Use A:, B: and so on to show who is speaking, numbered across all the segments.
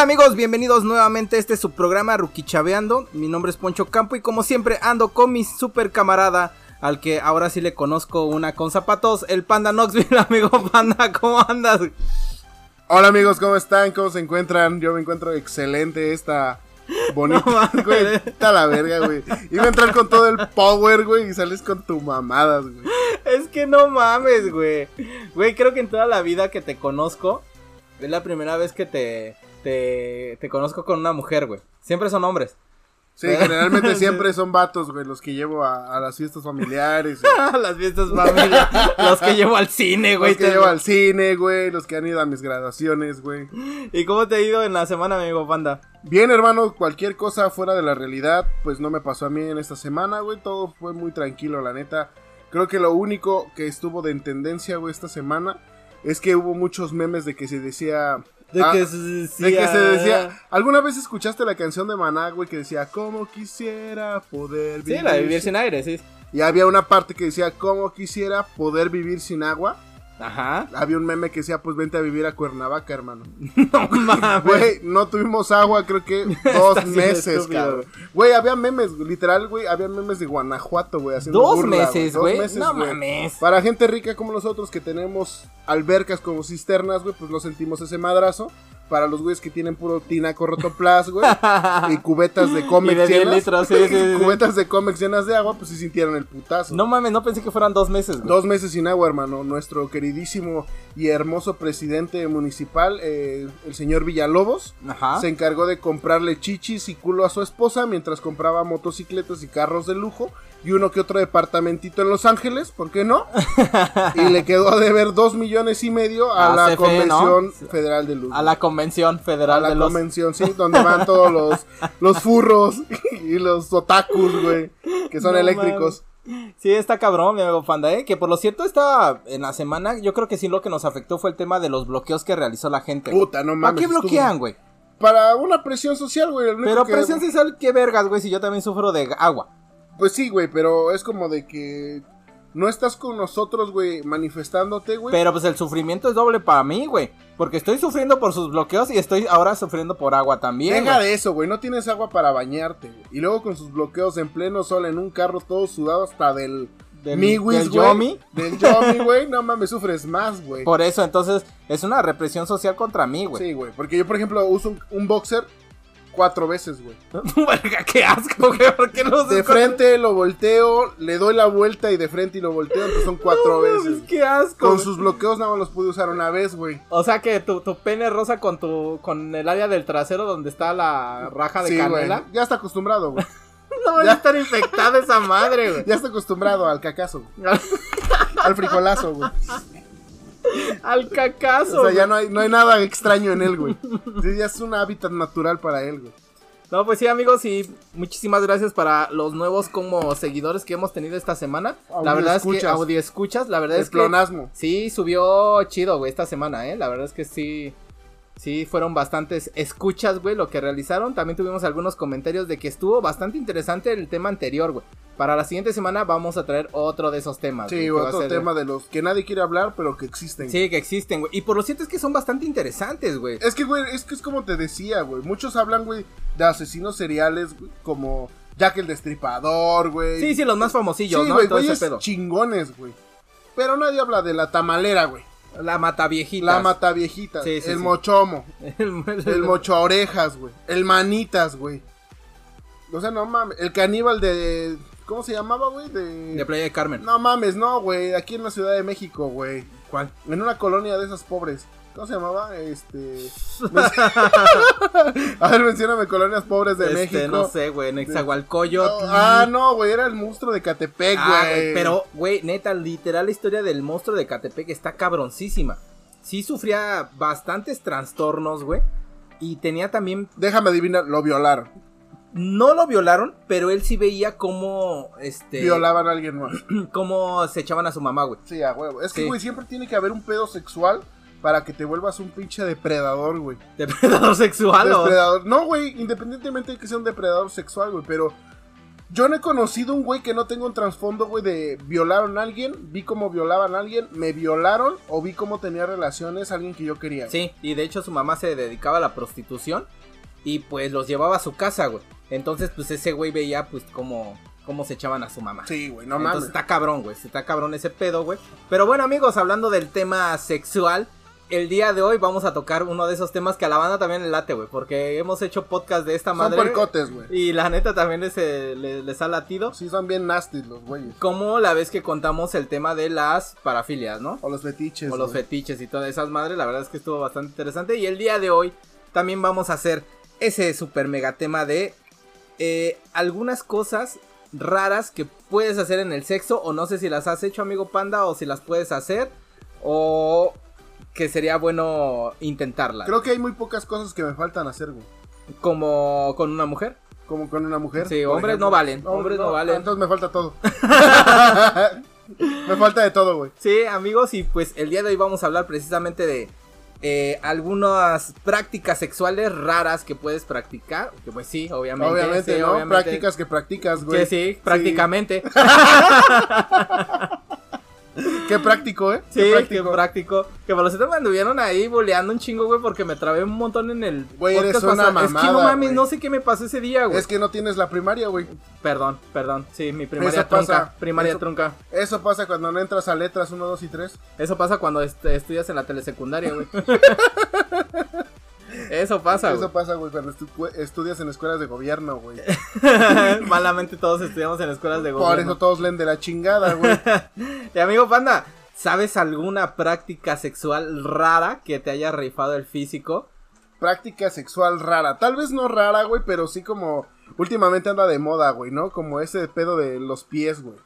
A: amigos? Bienvenidos nuevamente a este es su programa Ruquichaveando. Mi nombre es Poncho Campo y como siempre ando con mi super camarada, al que ahora sí le conozco una con zapatos, el Panda Knoxville, amigo Panda, ¿cómo andas?
B: Hola amigos, ¿cómo están? ¿Cómo se encuentran? Yo me encuentro excelente esta bonita,
A: No,
B: güey.
A: madre.
B: Está la verga, güey. Iba a entrar con todo el power, güey, y sales con tu mamadas, güey.
A: Es que no mames, güey. Güey, creo que en toda la vida que te conozco, es la primera vez que te, te, te conozco con una mujer, güey. Siempre son hombres.
B: Sí, generalmente siempre son vatos, güey, los que llevo a, a las fiestas familiares, güey.
A: Las fiestas familia, los que llevo al cine, güey.
B: los que
A: te-
B: llevo al cine, güey, los que han ido a mis graduaciones, güey.
A: ¿Y cómo te ha ido en la semana, amigo Panda?
B: Bien, hermano, cualquier cosa fuera de la realidad, pues no me pasó a mí en esta semana, güey. Todo fue muy tranquilo, la neta. Creo que lo único que estuvo de en tendencia, güey, esta semana es que hubo muchos memes de que se decía. Ah,
A: se
B: de que
A: ah.
B: se decía. ¿Alguna vez escuchaste la canción de Maná, güey, que decía, como quisiera poder
A: Sí,
B: vivir?
A: la de vivir
B: sin-"
A: sin aire, sí.
B: Y había una parte que decía, como quisiera poder vivir sin agua.
A: Ajá.
B: Había un meme que decía, pues vente a vivir a Cuernavaca, hermano.
A: No mames.
B: Güey, no tuvimos agua, creo que dos
A: siendo
B: meses,
A: estúpido,
B: cabrón. Güey, había memes, güey, literal, güey, había memes de Guanajuato, güey, haciendo
A: Dos
B: burla,
A: meses,
B: Dos
A: güey.
B: meses,
A: No
B: güey.
A: mames.
B: Para gente rica como nosotros que tenemos albercas como cisternas, güey, pues no sentimos ese madrazo. Para los güeyes que tienen puro tinaco rotoplas, güey, y cubetas de
A: Y de
B: cómics
A: 10
B: llenas,
A: litros, sí, sí, sí.
B: cubetas de cómics llenas de agua, pues sí sintieron el putazo.
A: No mames, no pensé que fueran dos meses, güey.
B: Dos meses sin agua, hermano. Nuestro queridísimo y hermoso presidente municipal, eh, el señor Villalobos,
A: Ajá.
B: se encargó de comprarle chichis y culo a su esposa mientras compraba motocicletas y carros de lujo y uno que otro departamentito en Los Ángeles, ¿por qué no? y le quedó a deber dos millones y medio a
A: A
B: la
A: CFE,
B: Convención
A: E, ¿no?
B: Federal de Luz.
A: A la Convención Federal de los...
B: convención, sí, donde van todos los, los furros y los otakus, güey, que son
A: No
B: eléctricos.
A: Sí, está cabrón, mi amigo Panda, ¿eh? Que por lo cierto está en la semana, yo creo que sí lo que nos afectó fue el tema de los bloqueos que realizó la gente. güey.
B: Puta, no
A: ¿Para
B: mames.
A: qué
B: estuvo-
A: bloquean, güey?
B: Para una presión social, güey. el único
A: Pero
B: que-
A: presión social, qué vergas, güey, si yo también sufro de agua.
B: Pues sí, güey, pero es como de que no estás con nosotros, güey, manifestándote, güey.
A: Pero pues el sufrimiento es doble para mí, güey. Porque estoy sufriendo por sus bloqueos y estoy ahora sufriendo por agua también.
B: Deja
A: güey.
B: de eso, güey. No tienes agua para bañarte. güey. Y luego con sus bloqueos en pleno sol en un carro todo sudado hasta del.
A: Del-
B: miwis,
A: del
B: güey.
A: yomi.
B: Del yomi, güey. No mames, sufres más, güey.
A: Por eso, entonces, es una represión social contra mí, güey.
B: Sí, güey. Porque yo, por ejemplo, uso un, un boxer cuatro veces, güey.
A: Verga, qué asco, güey. ¿Por qué no se
B: De frente lo volteo, le doy la vuelta y de frente y lo volteo. Entonces son cuatro veces. güey.
A: Pues, qué asco.
B: Con
A: güey.
B: sus bloqueos nada más los pude usar una vez, güey.
A: O sea que tu, tu pene rosa con tu con el área del trasero donde está la raja de
B: Sí, güey.
A: canela.
B: Ya está acostumbrado, güey.
A: No, ya estar infectada esa madre, güey.
B: Ya está acostumbrado al cacazo, güey. Al frijolazo, güey.
A: Al cacazo.
B: O sea,
A: güey.
B: ya no hay, no hay nada extraño en él, güey. Sí, ya es un hábitat natural para él, güey.
A: No, pues sí, amigos, y muchísimas gracias para los nuevos como seguidores que hemos tenido esta semana. la
B: Audio
A: verdad es que
B: escuchas.
A: audio escuchas, la verdad
B: El
A: es que
B: plonasmo.
A: sí subió chido, güey, esta semana, eh. La verdad es que sí sí fueron bastantes escuchas, güey, lo que realizaron. También tuvimos algunos comentarios de que estuvo bastante interesante el tema anterior, güey. Para la siguiente semana vamos a traer otro de esos temas.
B: Sí,
A: güey, que va a
B: otro
A: ser- eh.
B: tema de los que nadie quiere hablar, pero que existen.
A: Sí, que existen, güey. Y por lo cierto es que son bastante interesantes, güey.
B: Es que, güey, es que es como te decía, güey. Muchos hablan, güey, de asesinos seriales, güey, como Jack el Destripador, güey.
A: Sí, sí, los más
B: Sí,
A: famosillos,
B: güey,
A: ¿no? Y todo
B: güeyes
A: ese pedo.
B: chingones, güey. Pero nadie habla de la tamalera, güey.
A: La mata viejita.
B: La mataviejita,
A: Sí, sí,
B: el
A: sí.
B: mochomo,
A: El,
B: el mocho orejas, güey. El manitas, güey. O sea, no mames. El caníbal de. ¿Cómo se llamaba, güey?
A: De Playa de Carmen.
B: No mames, no, güey. Aquí en la Ciudad de México, güey.
A: ¿Cuál?
B: En una colonia de esas pobres. ¿Cómo se llamaba? Este. A ver, mencióname colonias pobres de
A: este,
B: México.
A: no sé, güey, en Exahualcoyot.
B: No, ah, no, güey. Era el monstruo de Catepec,
A: Ah,
B: güey.
A: güey, pero, güey, neta, literal, la historia del monstruo de Catepec está cabroncísima. Sí sufría bastantes trastornos, güey. Y tenía también.
B: Déjame adivinar, lo violaron.
A: No lo violaron, pero él sí veía cómo. Este.
B: Violaban a alguien más.
A: Cómo se echaban a su mamá, güey.
B: Sí, a huevo. Es que,
A: Sí.
B: güey, siempre tiene que haber un pedo sexual para que te vuelvas un pinche depredador, güey.
A: Depredador sexual, o-
B: Depredador. No, güey, independientemente de que sea un depredador sexual, güey, pero Yo no he conocido un güey que no tenga un trasfondo, güey, de violaron a alguien, vi cómo violaban a alguien, me violaron o vi cómo tenía relaciones a alguien que yo quería. güey.
A: Sí, y de hecho su mamá se dedicaba a la prostitución y pues los llevaba a su casa, güey. Entonces, pues ese güey veía pues cómo, cómo se echaban a su mamá.
B: Sí, güey, no
A: Entonces
B: mames.
A: está cabrón, güey. Está cabrón ese pedo, güey. Pero bueno, amigos, hablando del tema sexual, el día de hoy vamos a tocar uno de esos temas que a la banda también le late, güey. Porque hemos hecho podcast de esta
B: Son
A: madre.
B: puercotes, güey.
A: y la neta también les, eh, le- les ha latido.
B: Sí, son bien nasty los güeyes.
A: Como la vez que contamos el tema de las parafilias, ¿no?
B: O los fetiches.
A: o los
B: güey.
A: fetiches y todas esas madres. La verdad es que estuvo bastante interesante. Y el día de hoy también vamos a hacer ese super mega tema de eh, algunas cosas raras que puedes hacer en el sexo. O no sé si las has hecho, amigo panda, o si las puedes hacer. O que sería bueno intentarlas.
B: Creo que hay muy pocas cosas que me faltan hacer, güey.
A: Como con una mujer.
B: Como con una mujer.
A: Sí,
B: por
A: hombres no valen, hombres no valen.
B: Entonces me falta todo. me falta de todo, güey.
A: Sí, amigos, y pues el día de hoy vamos a hablar precisamente de eh, algunas prácticas sexuales raras que puedes practicar. Que pues sí, obviamente.
B: Obviamente,
A: sí,
B: ¿no?
A: obviamente.
B: Prácticas que practicas, güey.
A: Sí, sí, prácticamente.
B: Qué práctico, ¿eh?
A: Sí,
B: Qué
A: que
B: práctico.
A: práctico. Que para los me anduvieron ahí boleando un chingo, güey, porque me trabé un montón en el.
B: Güey, eres
A: podcast
B: una
A: pasado. Es que no
B: mamada,
A: mames,
B: güey.
A: no sé qué me pasó ese día, güey.
B: es que no tienes la primaria, güey.
A: Perdón, perdón. Sí, mi primaria
B: Eso
A: trunca.
B: pasa,
A: Primaria
B: eso-
A: trunca.
B: Eso pasa cuando no entras a letras 1, 2 y 3.
A: Eso pasa cuando est- estudias en la telesecundaria, güey. Eso pasa, güey.
B: Eso pasa, güey, cuando estu- estudias en escuelas de gobierno, güey.
A: Malamente todos estudiamos en escuelas de
B: Por eso
A: gobierno.
B: todos leen de la chingada, güey.
A: Y amigo Panda, ¿sabes alguna práctica sexual rara que te haya rifado el físico?
B: práctica sexual rara. Tal vez no rara, güey, pero sí como últimamente anda de moda, güey, ¿no? Como ese pedo de los pies, güey.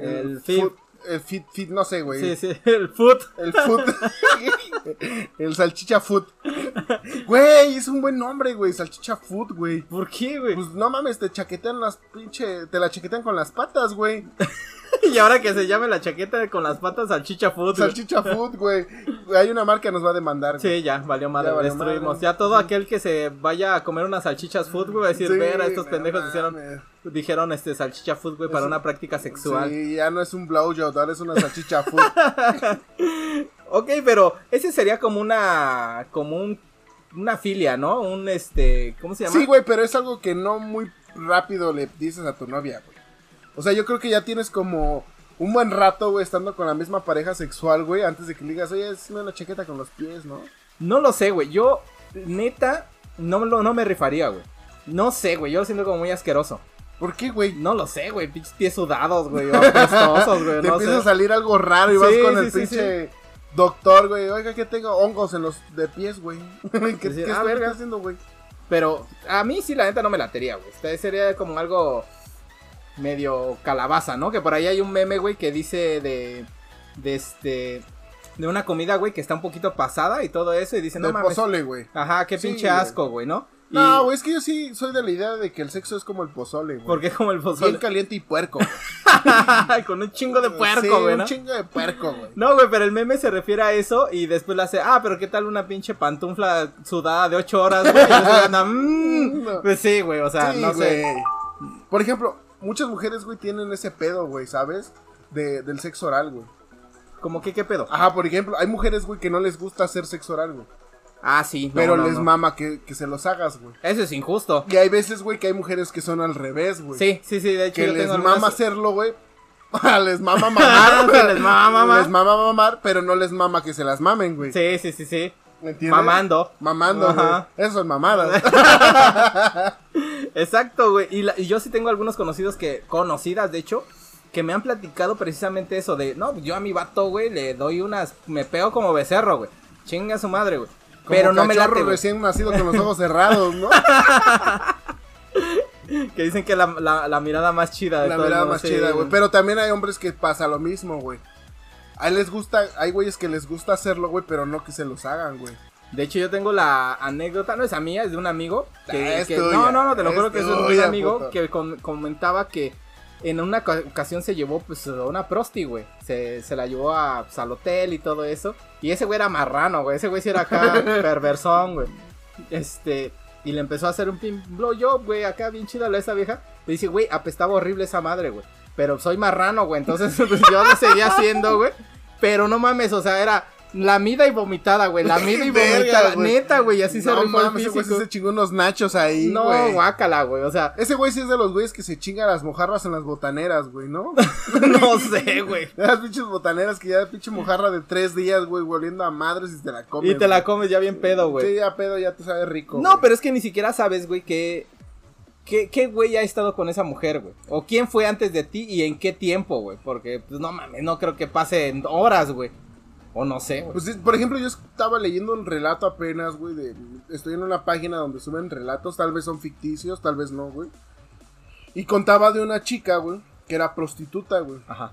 A: El fit.
B: foot- El fit, fit, no sé, güey.
A: Sí, sí, el foot.
B: El foot. el salchicha foot. Güey, es un buen nombre, güey. Salchicha foot, güey.
A: ¿Por qué, güey?
B: Pues no mames, te chaquetean las pinche. Te la chaquetean con las patas, güey.
A: Y ahora que se llame la chaqueta con las patas salchicha foot. güey.
B: Salchicha foot, güey. Hay una marca que nos va a demandar, güey.
A: Sí, ya, valió madre,
B: valió
A: destruimos.
B: madre.
A: Ya todo aquel que se vaya a comer unas salchichas food, güey, va a decir,
B: Sí,
A: "Ver, a estos
B: no
A: pendejos hicieron,
B: mames.
A: dijeron este salchicha food, güey, para
B: Eso-
A: una práctica sexual.
B: Sí, ya no es un blowjob, ahora es una salchicha food.
A: Ok, pero ese sería como una. como un. una filia, ¿no? Un este. ¿Cómo se llama?
B: Sí, güey, pero es algo que no muy rápido le dices a tu novia, güey. O sea, yo creo que ya tienes como un buen rato, güey, estando con la misma pareja sexual, güey, antes de que le digas, oye, es una chaqueta con los pies, ¿no?
A: No lo sé, güey. Yo, neta, no, lo- no me rifaría, güey. No sé, güey. Yo lo siento como muy asqueroso.
B: ¿Por qué, güey?
A: No lo sé, güey. Pinches pies sudados, güey. o apestosos, güey.
B: Te
A: No
B: empieza
A: sé.
B: a salir algo raro y vas
A: Sí,
B: con
A: sí,
B: el
A: sí,
B: pinche doctor, güey. Oiga, que tengo hongos en los de pies, güey. ¿Qué,
A: Sí, sí.
B: qué
A: Ah,
B: estás
A: verga.
B: haciendo, güey?
A: Pero a mí sí, la neta, no me latería, güey. Este Sería como algo medio calabaza, ¿no? Que por ahí hay un meme, güey, que dice de. de este. de una comida, güey, que está un poquito pasada y todo eso. Y dice, no
B: Del
A: mames.
B: pozole, güey.
A: Ajá, qué
B: Sí,
A: pinche
B: güey.
A: asco, güey, ¿no? Y-
B: No, güey, es que yo sí soy de la idea de que el sexo es como el pozole, güey.
A: Porque es como el
B: Bien
A: pozole.
B: caliente y puerco. güey.
A: con un chingo de puerco,
B: Sí,
A: güey,
B: un
A: ¿no?
B: chingo de puerco, güey.
A: No, güey, pero el meme se refiere a eso y después le hace, ah, pero qué tal una pinche pantufla sudada de 8 horas, güey. Y yo así, anda, mm.
B: No.
A: Pues sí, güey, o sea,
B: Sí,
A: no sé.
B: güey. Por ejemplo, muchas mujeres, güey, tienen ese pedo, güey, ¿sabes? De, del sexo oral, güey.
A: Como que qué pedo.
B: Ajá, por ejemplo, hay mujeres, güey, que no les gusta hacer sexo oral, güey.
A: Ah, sí, no,
B: Pero
A: no,
B: les
A: no.
B: mama que, que se los hagas, güey.
A: Eso es injusto.
B: Y hay veces, güey, que hay mujeres que son al revés, güey.
A: Sí, sí, sí, de hecho
B: Que
A: yo
B: les
A: tengo
B: mama
A: algunas-
B: hacerlo, güey. les mama mamar.
A: Que les mama mamar.
B: Les mama mamar, pero no les mama que se las mamen, güey.
A: Sí, sí, sí, sí.
B: ¿Me entiendes?
A: Mamando.
B: Mamando,
A: Ajá.
B: güey. Esas son mamadas.
A: Exacto, güey. Y, la- y yo sí tengo algunos conocidos que, conocidas de hecho, que me han platicado precisamente eso de, no, yo a mi vato, güey, le doy unas, me pego como becerro, güey. Chinga su madre, güey.
B: Como
A: Pero no me
B: cachorro
A: late, güey.
B: recién nacido con los ojos cerrados, ¿no?
A: Que dicen que la, la, la mirada más chida de
B: La
A: todo el
B: mirada
A: mundo,
B: más
A: sí,
B: chida, güey. Pero también hay hombres que pasa lo mismo, güey. A él les gusta, hay güeyes que les gusta hacerlo, güey, pero no que se los hagan, güey.
A: De hecho, yo tengo la anécdota, no es a mía, es de un amigo. Que,
B: Ah, es
A: que-
B: tuya,
A: no, no, no, te lo
B: es
A: juro que es de un
B: tuya,
A: amigo
B: puto.
A: que com- comentaba que en una ca- ocasión se llevó pues a una prosti, güey. Se, se la llevó a, pues, al hotel y todo eso. Y ese güey era marrano, güey. Ese güey sí era acá perversón, güey. Este, y le empezó a hacer un pin blowjob, güey, acá bien chida la esa vieja. Y dice, güey, apestaba horrible esa madre, güey. Pero soy marrano, güey. Entonces pues, yo lo seguía haciendo, güey. Pero no mames, o sea, era lamida y vomitada, güey. Lamida y
B: Verga,
A: vomitada.
B: güey.
A: Neta, güey. Así se
B: no
A: rifó el
B: mames, ese güey sí
A: físico.
B: se chingó unos nachos ahí,
A: No,
B: güey.
A: guácala, güey. O sea,
B: Ese güey sí es de los güeyes que se chinga las mojarras en las botaneras, güey, ¿no?
A: no sé, güey.
B: De las pinches botaneras que ya pinche mojarra de tres días, güey, volviendo a madres y te la comes.
A: Y te la
B: güey.
A: comes ya bien pedo, güey.
B: Sí, ya pedo, ya te sabe rico.
A: No,
B: güey.
A: pero es que ni siquiera sabes, güey, qué, qué, qué güey ha estado con esa mujer, güey. O quién fue antes de ti y en qué tiempo, güey. Porque, pues, no mames, no creo que pase en horas, güey. O no sé, güey.
B: Pues, sí, por ejemplo, yo estaba leyendo un relato apenas, güey, de... Estoy en una página donde suben relatos, tal vez son ficticios, tal vez no, güey. Y contaba de una chica, güey, que era prostituta, güey.
A: Ajá.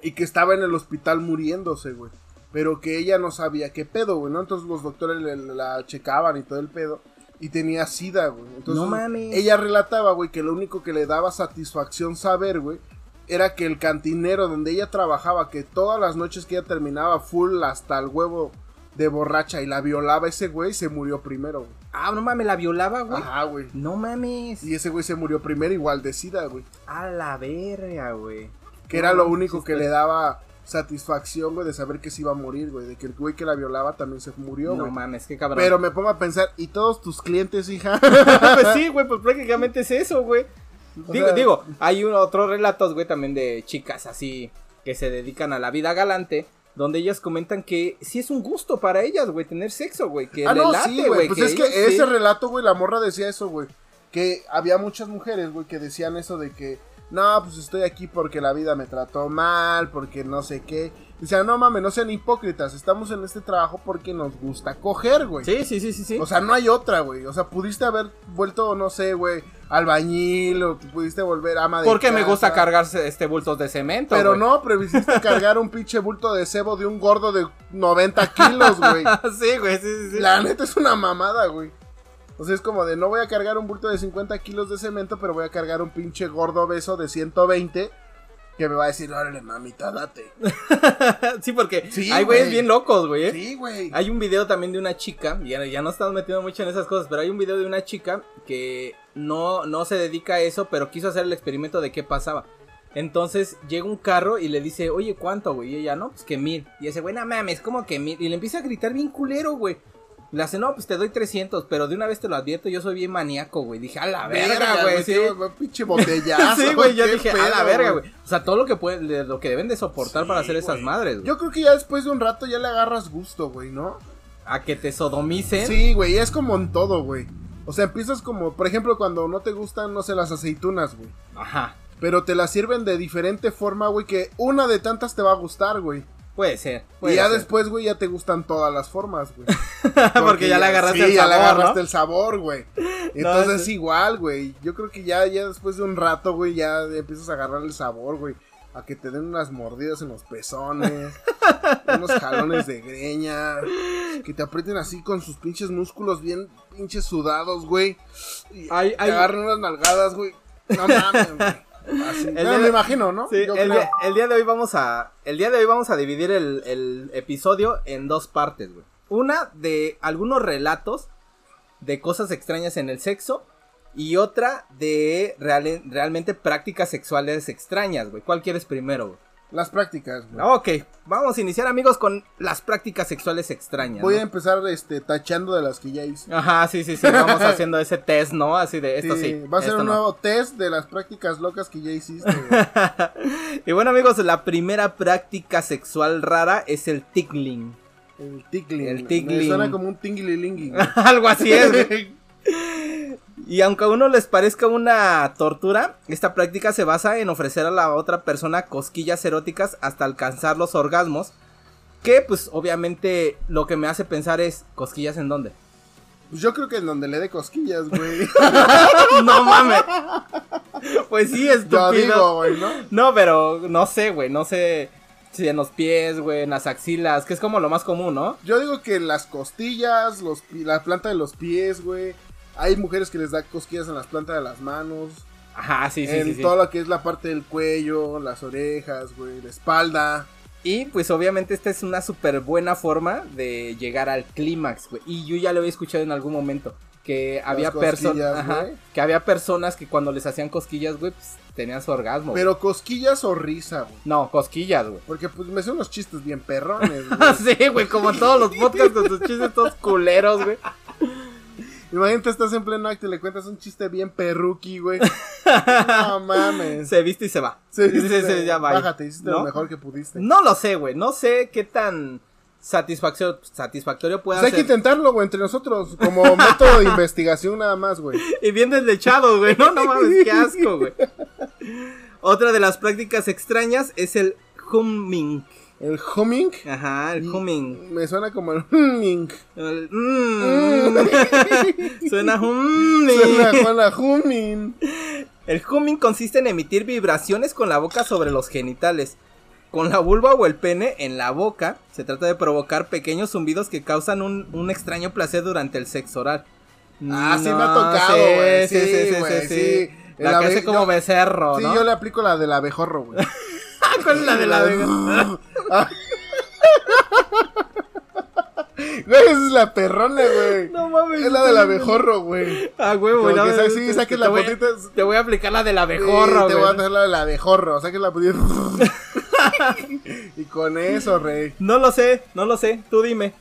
B: Y que estaba en el hospital muriéndose, güey. Pero que ella no sabía qué pedo, güey, ¿no? Entonces los doctores le- le- la checaban y todo el pedo. Y tenía sida, güey. Entonces,
A: No mames.
B: Ella relataba, güey, que lo único que le daba satisfacción saber, güey, era que el cantinero donde ella trabajaba, que todas las noches que ella terminaba full hasta el huevo de borracha y la violaba ese güey, se murió primero, güey.
A: Ah, no mames, la violaba, güey.
B: Ajá, güey.
A: No mames.
B: Y ese güey se murió primero igual de sida, güey.
A: A la verga, güey. No
B: Que era lo
A: mames,
B: único
A: sí
B: que
A: está-
B: le daba satisfacción, güey, de saber que se iba a morir, güey. De que el güey que la violaba también se murió,
A: No
B: güey.
A: mames, qué cabrón.
B: Pero me pongo a pensar, ¿y todos tus clientes, hija?
A: pues sí, güey, pues prácticamente es eso, güey.
B: O
A: Digo,
B: sea-
A: digo, hay un, otros relatos, güey, también de chicas así que se dedican a la vida galante, donde ellas comentan que sí es un gusto para ellas, güey, tener sexo, güey, que
B: ah,
A: le
B: no,
A: late,
B: sí, güey. Pues es que
A: ellas sí.
B: ese relato, güey, la morra decía eso, güey. Que había muchas mujeres, güey, que decían eso de que, no, pues estoy aquí porque la vida me trató mal, porque no sé qué. Decían, no mames, no sean hipócritas, estamos en este trabajo porque nos gusta coger, güey.
A: Sí, sí, sí, sí, sí.
B: O sea, no hay otra, güey. O sea, pudiste haber vuelto, no sé, güey, albañil o pudiste volver ama de
A: Porque me
B: casa,
A: gusta cargarse este bultos de cemento,
B: Pero
A: güey.
B: no, previsiste cargar un pinche bulto de cebo de un gordo de 90 kilos, güey.
A: sí, güey, sí, sí, sí.
B: La neta es una mamada, güey. O sea, es como de no voy a cargar un bulto de 50 kilos de cemento, pero voy a cargar un pinche gordo beso de 120 que me va a decir, órale, mamita, date.
A: sí, porque
B: Sí,
A: hay güeyes
B: güey.
A: bien locos, güey. ¿eh?
B: Sí, güey.
A: Hay un video también de una chica, ya, ya no estamos metiendo mucho en esas cosas, pero hay un video de una chica que no, no se dedica a eso, pero quiso hacer el experimento de qué pasaba. Entonces llega un carro y le dice, oye, ¿cuánto, güey? Y ella, no, pues que mil. Y ese güey, no mames, como que mil. Y le empieza a gritar bien culero, güey. Le hace, no, pues te doy 300, pero de una vez te lo advierto, yo soy bien maníaco, güey. Dije, a la verga, güey. sí".
B: sí, pinche botellazo.
A: Sí, güey, yo
B: qué
A: dije, a la
B: pedo,
A: verga, güey. O sea, todo lo que pueden, de- lo que deben de soportar
B: Sí,
A: para hacer esas
B: güey.
A: madres, güey.
B: Yo creo que ya después de un rato ya le agarras gusto, güey, ¿no?
A: A que te sodomicen.
B: Sí, güey, es como en todo, güey. O sea, empiezas como, por ejemplo, cuando no te gustan, no sé, las aceitunas, güey.
A: Ajá.
B: Pero te las sirven de diferente forma, güey, que una de tantas te va a gustar, güey.
A: Puede ser.
B: Y
A: puede
B: ya
A: ser.
B: después, güey, ya te gustan todas las formas, güey.
A: Porque, ya le agarraste
B: sí,
A: el
B: ya
A: sabor,
B: le agarraste
A: ¿no?
B: el sabor, güey. Entonces
A: sí.
B: igual, güey. Yo creo que ya, ya después de un rato, güey, ya empiezas a agarrar el sabor, güey. A que te den unas mordidas en los pezones, unos jalones de greña, que te aprieten así con sus pinches músculos bien pinches sudados, güey. Y
A: Hay-
B: te
A: hay-
B: agarren unas nalgadas, güey. No mames, güey. Así.
A: El
B: Ya
A: día
B: me
A: de-
B: imagino, ¿no?
A: Sí,
B: Yo
A: el,
B: creo.
A: día, el día de hoy vamos a. El día de hoy vamos a dividir el, el episodio en dos partes, güey. Una de algunos relatos de cosas extrañas en el sexo. Y otra de reale- realmente prácticas sexuales extrañas, güey. ¿Cuál quieres primero, güey? Ah,
B: Las prácticas, güey.
A: Ok, vamos a iniciar, amigos, con las prácticas sexuales extrañas.
B: Voy a
A: ¿no?
B: empezar este, tachando de las que ya hice.
A: Ajá, sí, sí, sí. Vamos haciendo ese test, ¿no? Así de esto sí.
B: Sí, va a ser
A: esto
B: un
A: no.
B: nuevo test de las prácticas locas que ya hiciste. güey.
A: y bueno amigos, la primera práctica sexual rara es el tickling.
B: El tickling.
A: El
B: Me
A: tickling.
B: suena como un tinglilingui.
A: Algo así es. güey. Y aunque a uno les parezca una tortura, esta práctica se basa en ofrecer a la otra persona cosquillas eróticas hasta alcanzar los orgasmos. Que pues obviamente lo que me hace pensar es cosquillas en dónde.
B: Pues yo creo que en donde le dé cosquillas, güey.
A: no mames. Pues sí,
B: Yo
A: estúpido.
B: digo, güey, ¿no?
A: No, pero no sé, güey, no sé si en los pies, güey, en las axilas, que es como lo más común, ¿no?
B: Yo digo que las costillas, los, pi- la planta de los pies, güey. Hay mujeres que les da cosquillas en las plantas de las manos.
A: Ajá, sí, sí,
B: en
A: sí, sí.
B: todo lo que es la parte del cuello, las orejas, güey, la espalda.
A: Y pues obviamente esta es una súper buena forma de llegar al clímax, güey. Y yo ya lo había escuchado en algún momento. que había
B: cosquillas,
A: personas
B: güey.
A: que había personas que cuando les hacían cosquillas, güey, pues, tenían su orgasmo. güey.
B: Pero cosquillas o risa, güey.
A: No, cosquillas, güey.
B: Porque pues me son unos chistes bien perrones,
A: Ah,
B: güey.
A: sí, güey, como todos los podcasts con sus chistes todos culeros, güey.
B: Imagínate, estás en pleno acto y le cuentas un chiste bien perruqui, güey. No mames.
A: Se viste y se va.
B: Sí,
A: Sí, sí,
B: sí,
A: sí, ya va.
B: Bájate, hiciste
A: ¿No?
B: lo mejor que pudiste.
A: No lo sé, güey. No sé qué tan satisfactorio, satisfactorio pueda
B: Pues hay que
A: ser.
B: intentarlo, güey, entre nosotros, como método de investigación nada más, güey.
A: Y bien deslechado, güey. No, no mames, qué asco, güey. Otra de las prácticas extrañas es el humming.
B: El homing.
A: Ajá,
B: Mm.
A: el humming.
B: Me suena como el homing.
A: El mm. Suena humming.
B: Suena como la homing.
A: El humming consiste en emitir vibraciones con la boca sobre los genitales. Con la vulva o el pene en la boca, se trata de provocar pequeños zumbidos que causan un, un extraño placer durante el sexo oral.
B: Ah, sí me ha
A: No,
B: tocado,
A: sí,
B: güey.
A: sí, sí, sí,
B: güey,
A: sí,
B: sí.
A: sí.
B: El
A: La que
B: abe-
A: hace como
B: yo-
A: becerro,
B: Sí,
A: ¿no?
B: yo le aplico la del abejorro, güey.
A: ¿Cuál es la de la becerro?
B: Ah. Güey, esa es la perrona, güey.
A: No mames.
B: es la del abejorro, güey.
A: Ah, huevo,
B: Como
A: la
B: que
A: de-
B: sa- sí,
A: te-
B: saques
A: te
B: la
A: voy a-
B: potita.
A: Te voy a aplicar la del abejorro,
B: Sí, Te voy a
A: güey.
B: hacer la del abejorro. Saques la potita. y con eso, rey.
A: No lo sé, no lo sé, tú dime.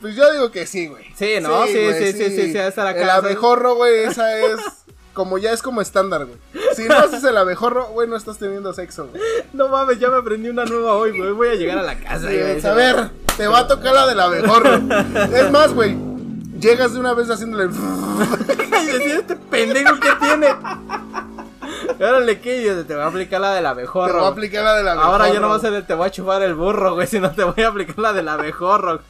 B: Pues yo digo que sí, güey.
A: Sí, ¿no? Sí, sí,
B: güey,
A: sí, sí, sí, hasta la
B: El
A: casa.
B: abejorro, güey, esa es. Como ya es como estándar, güey. Si no haces el abejorro, güey, no estás teniendo sexo, güey.
A: No mames, ya me aprendí una nueva hoy, güey. Voy a llegar a la casa, güey.
B: a ver, te va a tocar la del abejorro. Es más, güey. Llegas de una vez haciéndole.
A: Y decía, este pendejo que tiene. Y Ahora le quillo, te voy a aplicar la del
B: Te
A: abejorro.
B: voy a
A: güey.
B: aplicar la del abejorro.
A: Ahora ya no vas a ser el te voy a chupar el burro, güey, sino te voy a aplicar la del abejorro.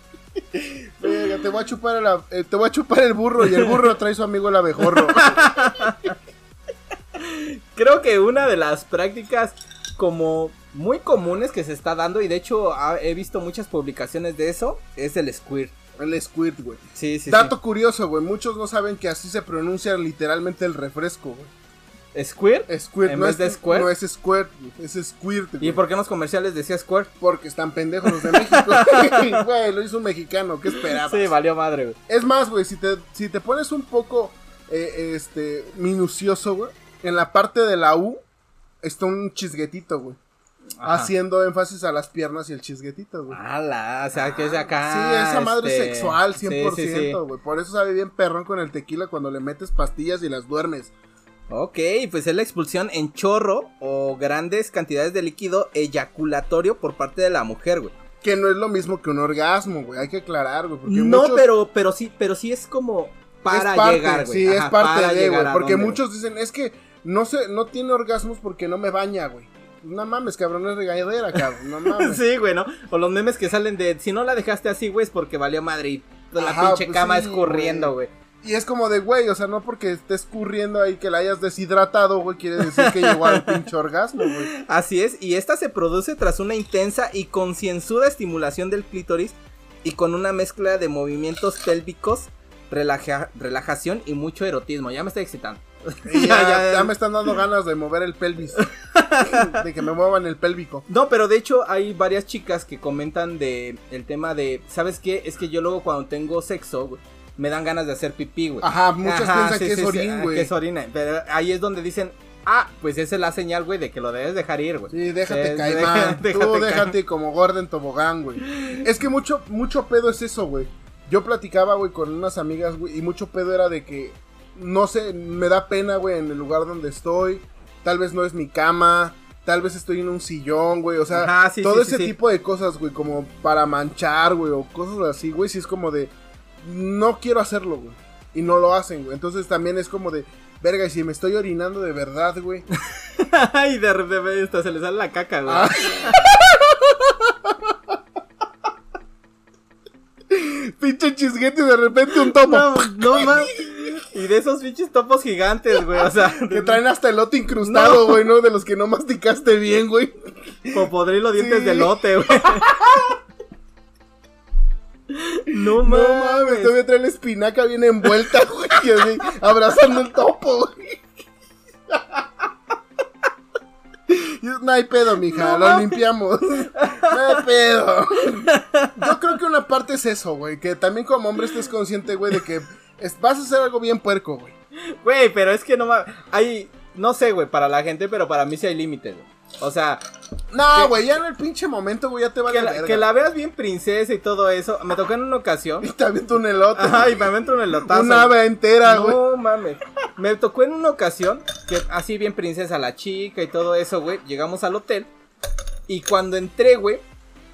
B: Verga, te voy a chupar el, ab- eh, te voy a chupar el burro y el burro trae su amigo el abejorro.
A: Creo que una de las prácticas como muy comunes que se está dando, y de hecho ha- he visto muchas publicaciones de eso, es el squirt.
B: El squirt, güey.
A: Sí, sí,
B: Dato curioso, güey. Muchos no saben que así se pronuncia literalmente el refresco, güey.
A: sí. ¿Squirt?
B: Squirt,
A: ¿En
B: no
A: vez
B: es
A: de squirt?
B: No es squirt, güey, es squirt, güey.
A: ¿Y por qué en los comerciales decía squirt?
B: Porque están pendejos los de México. güey, lo hizo un mexicano, ¿qué esperabas?
A: Sí, valió madre, güey.
B: Es más, güey, si te, si te pones un poco eh, este, minucioso, güey, en la parte de la U está un chisguetito, güey. Ah,
A: Ajá.
B: Haciendo énfasis a las piernas y el chisguetito, güey.
A: Ala, o sea, que es de acá.
B: sí, esa madre
A: este,
B: es sexual,
A: sí, sí,
B: 100%, güey.
A: sí.
B: Por eso sabe bien perrón con el tequila cuando le metes pastillas y las duermes.
A: Ok, pues es la expulsión en chorro o grandes cantidades de líquido eyaculatorio por parte de la mujer, güey.
B: Que no es lo mismo que un orgasmo, güey. Hay que aclarar, güey. Porque
A: No,
B: muchos-
A: pero, pero sí, pero sí es como para
B: es parte,
A: llegar, güey.
B: Sí,
A: Ajá,
B: es parte
A: para
B: de,
A: llegar
B: güey.
A: a
B: Porque
A: dónde,
B: muchos dicen, es que no se, no tiene orgasmos porque no me baña, güey. No mames, cabrón, es regañadera, cabrón. No
A: güey.
B: mames.
A: Sí, güey, ¿no? O los memes que salen de si no la dejaste así, güey, es porque valió madre y toda la
B: Ajá,
A: pinche
B: pues
A: cama
B: sí,
A: escurriendo, güey.
B: Y es como de, güey, o sea, no porque esté escurriendo ahí que la hayas deshidratado, güey, quiere decir que llegó al pinche orgasmo, güey.
A: Así es, y esta se produce tras una intensa y concienzuda estimulación del clítoris y con una mezcla de movimientos pélvicos, relaja- relajación y mucho erotismo. Ya me está excitando.
B: Y
A: Ya,
B: ya,
A: ya, ya.
B: ya me están dando ganas de mover el pelvis. de que me muevan el pélvico.
A: No, pero de hecho hay varias chicas que comentan de el tema de, ¿sabes qué? Es que yo luego cuando tengo sexo, güey, me dan ganas de hacer pipí, güey.
B: Ajá, muchas
A: Ajá,
B: piensan
A: sí,
B: que
A: sí,
B: es
A: sí,
B: orín,
A: ah,
B: güey.
A: que es orina. Pero ahí es donde dicen, ah, pues esa es la señal, güey, de que lo debes dejar ir, güey.
B: Sí, déjate
A: Sí,
B: caimán.
A: deja-
B: Tú
A: déjate
B: déjate como Gordon Tobogán, güey. Es que mucho, mucho pedo es eso, güey. Yo platicaba, güey, con unas amigas, güey, y mucho pedo era de que, no sé, me da pena, güey, en el lugar donde estoy. Tal vez no es mi cama. Tal vez estoy en un sillón, güey. O sea,
A: Ajá, sí,
B: todo
A: sí, sí,
B: ese
A: sí.
B: tipo de cosas, güey, como para manchar, güey, o cosas así, güey. Si es como de, no quiero hacerlo, güey. Y no lo hacen, güey. Entonces también es como de, verga, y si me estoy orinando de verdad, güey.
A: y de repente hasta se le sale la caca, güey.
B: Ah. Pinche chisguete y de repente un topo.
A: No, no más. Y de esos pinches topos gigantes, güey. O sea,
B: Que traen hasta elote incrustado, güey, ¿no? De los que no masticaste bien, güey.
A: popodrilo dientes
B: Sí.
A: de lote, güey. No
B: No
A: mames.
B: mames, todavía trae la espinaca bien envuelta, güey. y así, abrazando el topo, güey. Y es, No hay pedo, mija,
A: No
B: lo
A: mames.
B: limpiamos. No hay pedo. Yo creo que una parte es eso, güey. Que también como hombre estés consciente, güey, de que Es- vas a hacer algo bien puerco, güey.
A: Güey, pero es que no ma- Hay. No sé, güey, para la gente, pero para mí sí hay límites, güey. O sea,
B: No,
A: Que-
B: güey, ya en el pinche momento, güey, ya te vale
A: que la,
B: verga.
A: que la veas bien princesa y todo eso. Me tocó en una ocasión.
B: Y te avienta un elote.
A: Ay, me aventó un elotazo.
B: una ave entera, güey.
A: No mames. Me tocó en una ocasión que así bien princesa la chica y todo eso, güey. Llegamos al hotel. Y cuando entré, güey,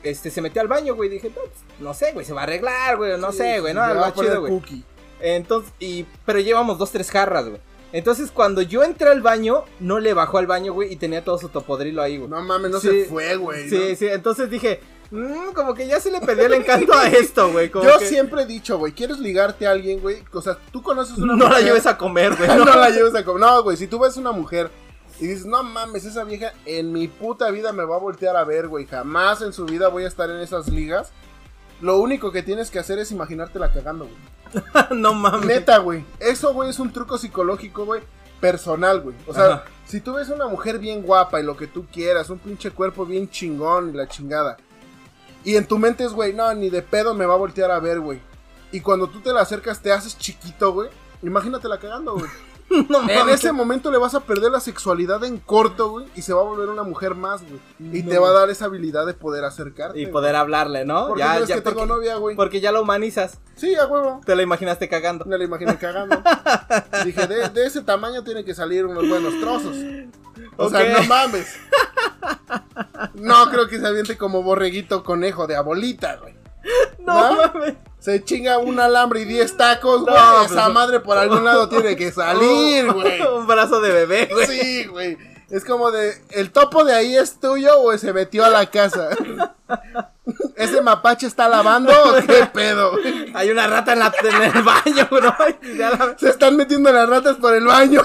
A: este se metió al baño, güey. Dije, no, pues, no sé, güey, se va a arreglar, güey. No sé, güey, no,
B: Le
A: algo
B: va a poner
A: chido, güey.
B: cookie.
A: Entonces, y, pero llevamos dos, tres jarras, güey. Entonces, cuando yo entré al baño, no le bajó al baño, güey, y tenía todo su topodrilo ahí, güey.
B: No mames, no
A: Sí.
B: se fue, güey.
A: sí,
B: ¿no?
A: sí, entonces dije, "Mm, como que ya se le perdió el encanto a esto, güey. como
B: Yo
A: que
B: siempre he dicho, güey, quieres ligarte a alguien, güey. O sea, tú conoces una
A: No la
B: mujer-
A: lleves a comer, güey.
B: no la lleves a comer. No, güey, si tú ves una mujer y dices, no mames, esa vieja en mi puta vida me va a voltear a ver, güey. Jamás en su vida voy a estar en esas ligas. Lo único que tienes que hacer es imaginártela cagando, güey.
A: no mames.
B: Neta, güey. Eso, güey, es un truco psicológico, güey. Personal, güey. O sea,
A: Ajá.
B: si tú ves una mujer bien guapa y lo que tú quieras, un pinche cuerpo bien chingón y la chingada. Y en tu mente es, güey, no, ni de pedo me va a voltear a ver, güey. Y cuando tú te la acercas, te haces chiquito, güey. Imagínatela cagando, güey.
A: No
B: En
A: mames.
B: ese momento le vas a perder la sexualidad en corto, güey. Y se va a volver una mujer más, güey. Y
A: No.
B: te va a dar esa habilidad de poder acercarte.
A: Y
B: güey.
A: poder hablarle, ¿no?
B: Porque
A: Ya,
B: crees
A: ya,
B: que tengo
A: porque,
B: novia, güey.
A: porque ya la humanizas.
B: Sí, a huevo.
A: Te la imaginaste cagando.
B: Me la imaginé cagando. Dije, de, de ese tamaño tienen que salir unos buenos trozos. O sea,
A: Ok.
B: no mames. No creo que se aviente como borreguito conejo de abuelita, güey.
A: No,
B: ¿No?
A: mames.
B: Se chinga un alambre y 10 tacos, güey.
A: No, Oh.
B: Esa
A: pues-
B: madre por algún lado tiene que salir, güey.
A: Un brazo de bebé, güey.
B: Sí, güey. Es como de, ¿el topo de ahí es tuyo o se metió a la casa? ¿Ese mapache está lavando o qué pedo?
A: Hay una rata en, la, en el baño, bro. Y ya la-
B: Se están metiendo las ratas por el baño.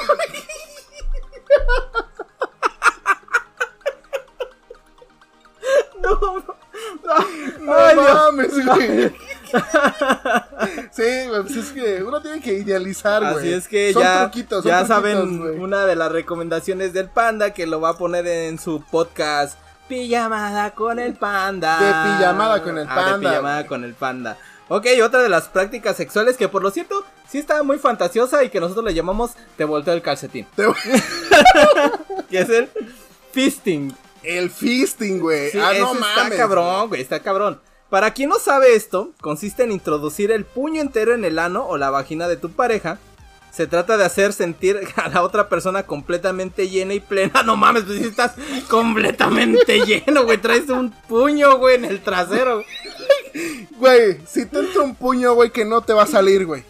A: No, no, no,
B: No
A: ay, Dios.
B: mames, güey. sí, güey, pues es que uno tiene que idealizar, güey.
A: Así es que
B: Son
A: ya,
B: truquitos, son
A: ya
B: truquitos,
A: saben
B: güey.
A: una de las recomendaciones del panda que lo va a poner en su podcast Pijamada con el panda.
B: De pijamada con el
A: Ah,
B: panda,
A: de pijamada
B: güey.
A: con el panda. Ok, otra de las prácticas sexuales que por lo cierto sí está muy fantasiosa y que nosotros le llamamos te volteo el calcetín.
B: Te-
A: Que es el fisting.
B: El fisting, güey.
A: Sí,
B: ah,
A: eso
B: no mames.
A: está cabrón, güey, está cabrón. Para quien no sabe esto, consiste en introducir el puño entero en el ano o la vagina de tu pareja. Se trata de hacer sentir a la otra persona completamente llena y plena. No mames, pues si estás completamente lleno, güey. Traes un puño, güey, en el trasero.
B: Güey, si te entra un puño, güey, que no te va a salir, güey.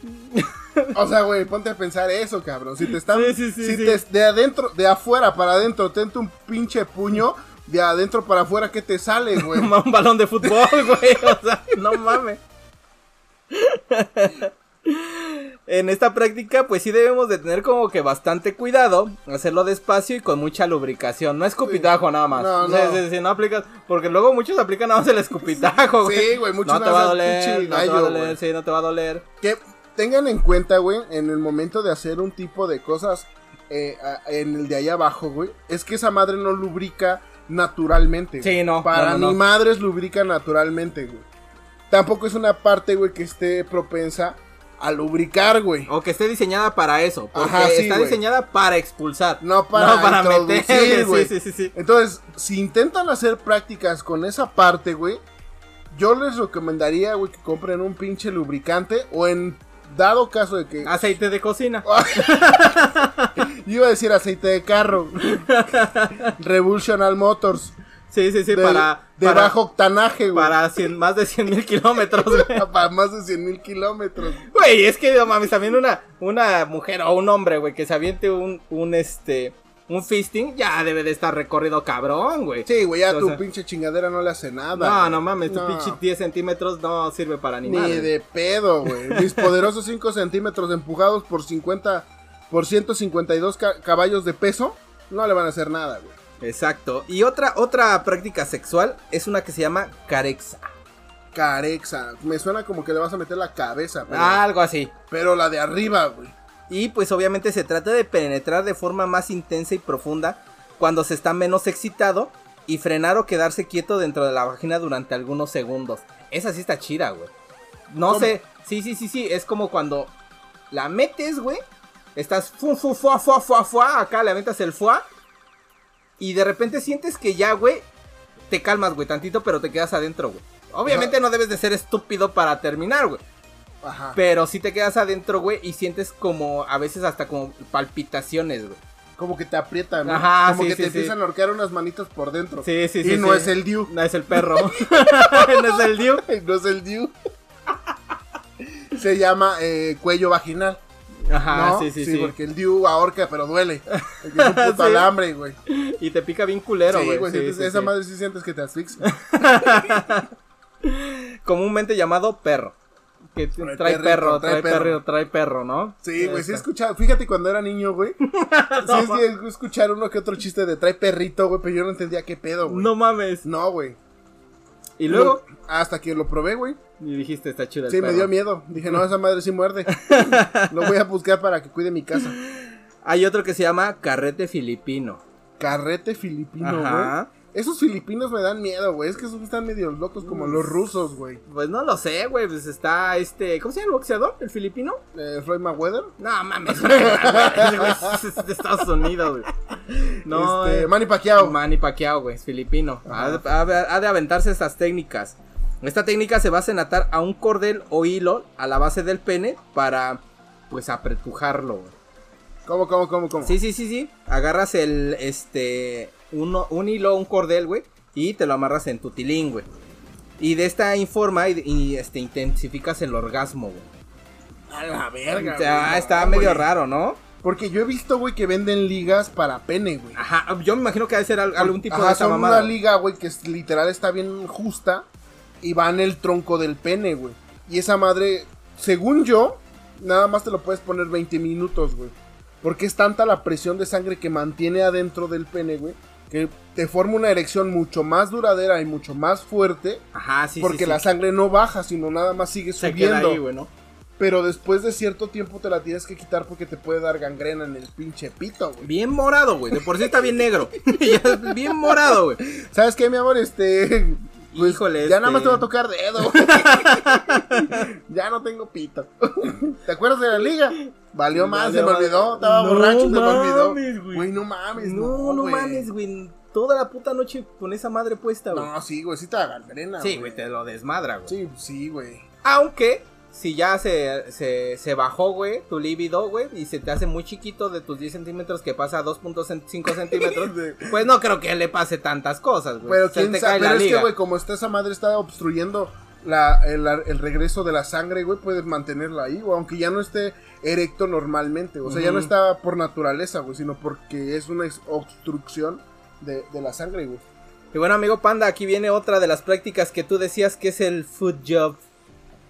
B: O sea, güey, ponte a pensar eso, cabrón. Si te están.
A: Sí, sí, sí,
B: si
A: sí.
B: te- de adentro, de afuera para adentro, te entra un pinche puño. De adentro para afuera, ¿qué te sale, güey?
A: Como un balón de fútbol, güey. O sea, no mames. En esta práctica, pues sí debemos de tener como que bastante cuidado, hacerlo despacio y con mucha lubricación. No escupitajo nada más.
B: No,
A: O sea,
B: no.
A: Si, si no aplicas, porque luego muchos aplican nada más el escupitajo, güey.
B: Sí, güey, muchos
A: No te
B: nada
A: va a
B: más
A: doler,
B: pinche
A: no te va a
B: gallo,
A: doler,
B: güey.
A: sí, no te va a doler.
B: Que tengan en cuenta, güey, en el momento de hacer un tipo de cosas eh, a- en el de allá abajo, güey, es que esa madre no lubrica naturalmente.
A: Sí,
B: güey.
A: no,
B: Para
A: no, no,
B: ni
A: no.
B: madres lubrica naturalmente, güey. Tampoco es una parte, güey, que esté propensa a lubricar, güey.
A: O que esté diseñada para eso, porque
B: Ajá, sí,
A: está
B: güey.
A: diseñada para expulsar.
B: No para introducir,
A: meter,
B: güey.
A: Sí, sí, sí, sí.
B: Entonces, si intentan hacer prácticas con esa parte, güey, yo les recomendaría, güey, que compren un pinche lubricante o en dado caso de que
A: Aceite de cocina.
B: Yo iba a decir aceite de carro. Revolutional Motors.
A: Sí, sí, sí,
B: de,
A: para...
B: de
A: para-
B: bajo octanaje, güey.
A: Para cien- más de 100 mil kilómetros, güey.
B: Para más de 100 mil kilómetros.
A: Güey, es que no mames, también una, una mujer o un hombre, güey, que se aviente un, un este. Un fisting ya debe de estar recorrido cabrón, güey.
B: Sí, güey, ya
A: O
B: tu
A: sea,
B: pinche chingadera no le hace nada.
A: No,
B: güey.
A: no mames, tu
B: No,
A: pinche 10 centímetros no sirve para ni,
B: Ni
A: madre.
B: de pedo, güey. Mis poderosos 5 centímetros empujados por 50. Por 152 ca- caballos de peso. No le van a hacer nada, güey.
A: Exacto. Y otra, otra práctica sexual es una que se llama carexa.
B: Carexa. Me suena como que le vas a meter la cabeza, pero,
A: Algo así.
B: pero la de arriba, güey.
A: Y pues obviamente se trata de penetrar de forma más intensa y profunda cuando se está menos excitado y frenar o quedarse quieto dentro de la vagina durante algunos segundos. Esa sí está chida, güey. No
B: ¿Cómo?
A: sé, sí, sí, sí, sí, es como cuando la metes, güey. Estás fu, fu, fuá, fuá, fuá, fuá, acá le aventas el fuá. Y de repente sientes que ya, güey, te calmas, güey, tantito, pero te quedas adentro, güey. Obviamente no debes de ser estúpido para terminar, güey.
B: Ajá.
A: Pero si te quedas adentro, güey, y sientes como, a veces hasta como palpitaciones, güey.
B: Como que te aprietan, ¿no?
A: Ajá,
B: Como
A: sí,
B: que
A: sí,
B: te
A: sí.
B: empiezan a ahorcar unas manitas por dentro.
A: Sí, sí,
B: y
A: sí.
B: no
A: sí.
B: es el Diu.
A: No es el perro. no es el Diu.
B: no es el Diu. Se llama eh, cuello vaginal.
A: Ajá,
B: ¿no?
A: Ah, sí, sí, sí.
B: porque el Diu ahorca, pero duele. Porque es un puto
A: Sí.
B: alambre, güey.
A: Y te pica bien culero,
B: Sí,
A: güey.
B: güey,
A: sí,
B: sientes-
A: sí,
B: esa
A: sí.
B: madre sí sientes que te asfixia.
A: Comúnmente llamado perro. Que t-
B: Trae
A: trae,
B: perrito,
A: perro,
B: trae
A: trae,
B: perro.
A: perro, trae perro, ¿no?
B: Sí, güey, sí he
A: Esta.
B: escuchado. Fíjate cuando era niño, güey. sí, sí, he escuchado uno que otro chiste de trae perrito, güey, pero yo no entendía qué pedo, güey.
A: No mames.
B: No, güey.
A: Y luego,
B: Hasta que lo probé, güey.
A: y dijiste, está chido el
B: Sí, me
A: perro.
B: dio miedo. Dije, no, esa madre sí muerde. lo voy a buscar para que cuide mi casa.
A: Hay otro que se llama carrete filipino.
B: Carrete filipino, güey.
A: Ajá.
B: Esos filipinos me dan miedo, güey. Es que esos están medio locos como
A: Mm.
B: los rusos, güey.
A: Pues no lo sé, güey. Pues está este. ¿Cómo se llama el boxeador? ¿El filipino?
B: Eh, Floyd Mayweather.
A: No mames, güey, güey, es de Estados Unidos, güey. No,
B: este,
A: eh,
B: Manny Pacquiao.
A: Manny Pacquiao, güey, es filipino. Ha de, ha de- ha de aventarse estas técnicas. Esta técnica se basa en atar a un cordel o hilo a la base del pene para, pues, apretujarlo. güey.
B: ¿Cómo, cómo, cómo, cómo?
A: Sí, sí, sí, sí. Agarras el, este, uno, un hilo, un cordel, güey, y te lo amarras en tu tilín, güey. Y de esta forma, y, y, este, intensificas el orgasmo, güey.
B: A la verga.
A: O sea,
B: güey,
A: está
B: no,
A: medio
B: güey.
A: raro, ¿no?
B: Porque yo he visto, güey, que venden ligas para pene, güey.
A: Ajá, yo me imagino que ha de ser al- algún tipo
B: Ajá,
A: de esa
B: son
A: mamada.
B: una liga, güey, que es- literal está bien justa y va en el tronco del pene, güey. Y esa madre, según yo, nada más te lo puedes poner 20 minutos, güey. Porque es tanta la presión de sangre que mantiene adentro del pene, güey, que te forma una erección mucho más duradera y mucho más fuerte.
A: Ajá, sí,
B: porque
A: sí, sí.
B: la sangre no baja, sino nada más sigue
A: se queda
B: subiendo.
A: ahí, güey, ¿no?
B: pero después de cierto tiempo te la tienes que quitar porque te puede dar gangrena en el pinche pito, güey.
A: Bien morado, güey. De por sí está bien negro. Ya, bien morado, güey.
B: ¿Sabes qué, mi amor? Este. pues,
A: Híjole,
B: Ya nada
A: este-
B: más te va a tocar dedo. ya no tengo pito. ¿Te acuerdas de la liga?
A: Valió
B: Valió más, se me
A: más.
B: olvidó. Estaba
A: No
B: borracho, se me
A: mames,
B: olvidó.
A: güey.
B: Güey, no mames.
A: No, no
B: güey.
A: mames, güey. Toda la puta noche con esa madre puesta, güey.
B: No, sí, güey, sí te da gangrena.
A: sí, güey, te lo desmadra, güey.
B: Sí, sí, güey.
A: Aunque, si ya se, se, se bajó, güey, tu líbido, güey, y se te hace muy chiquito de tus 10 centímetros que pasa a 2.5 centímetros, pues no creo que le pase tantas cosas, güey.
B: Pero
A: Se
B: quién
A: te
B: sabe.
A: cae la
B: Pero es que,
A: liga.
B: güey, como está esa madre, está obstruyendo. la- el, el regreso de la sangre, güey, puedes mantenerla ahí, güey, aunque ya no esté erecto normalmente, o sea, ya no
A: Ujú.
B: está por naturaleza, güey, sino porque es una ex- obstrucción de, de la sangre, güey.
A: Y bueno, amigo Panda, aquí viene otra de las prácticas que tú decías que es el food job.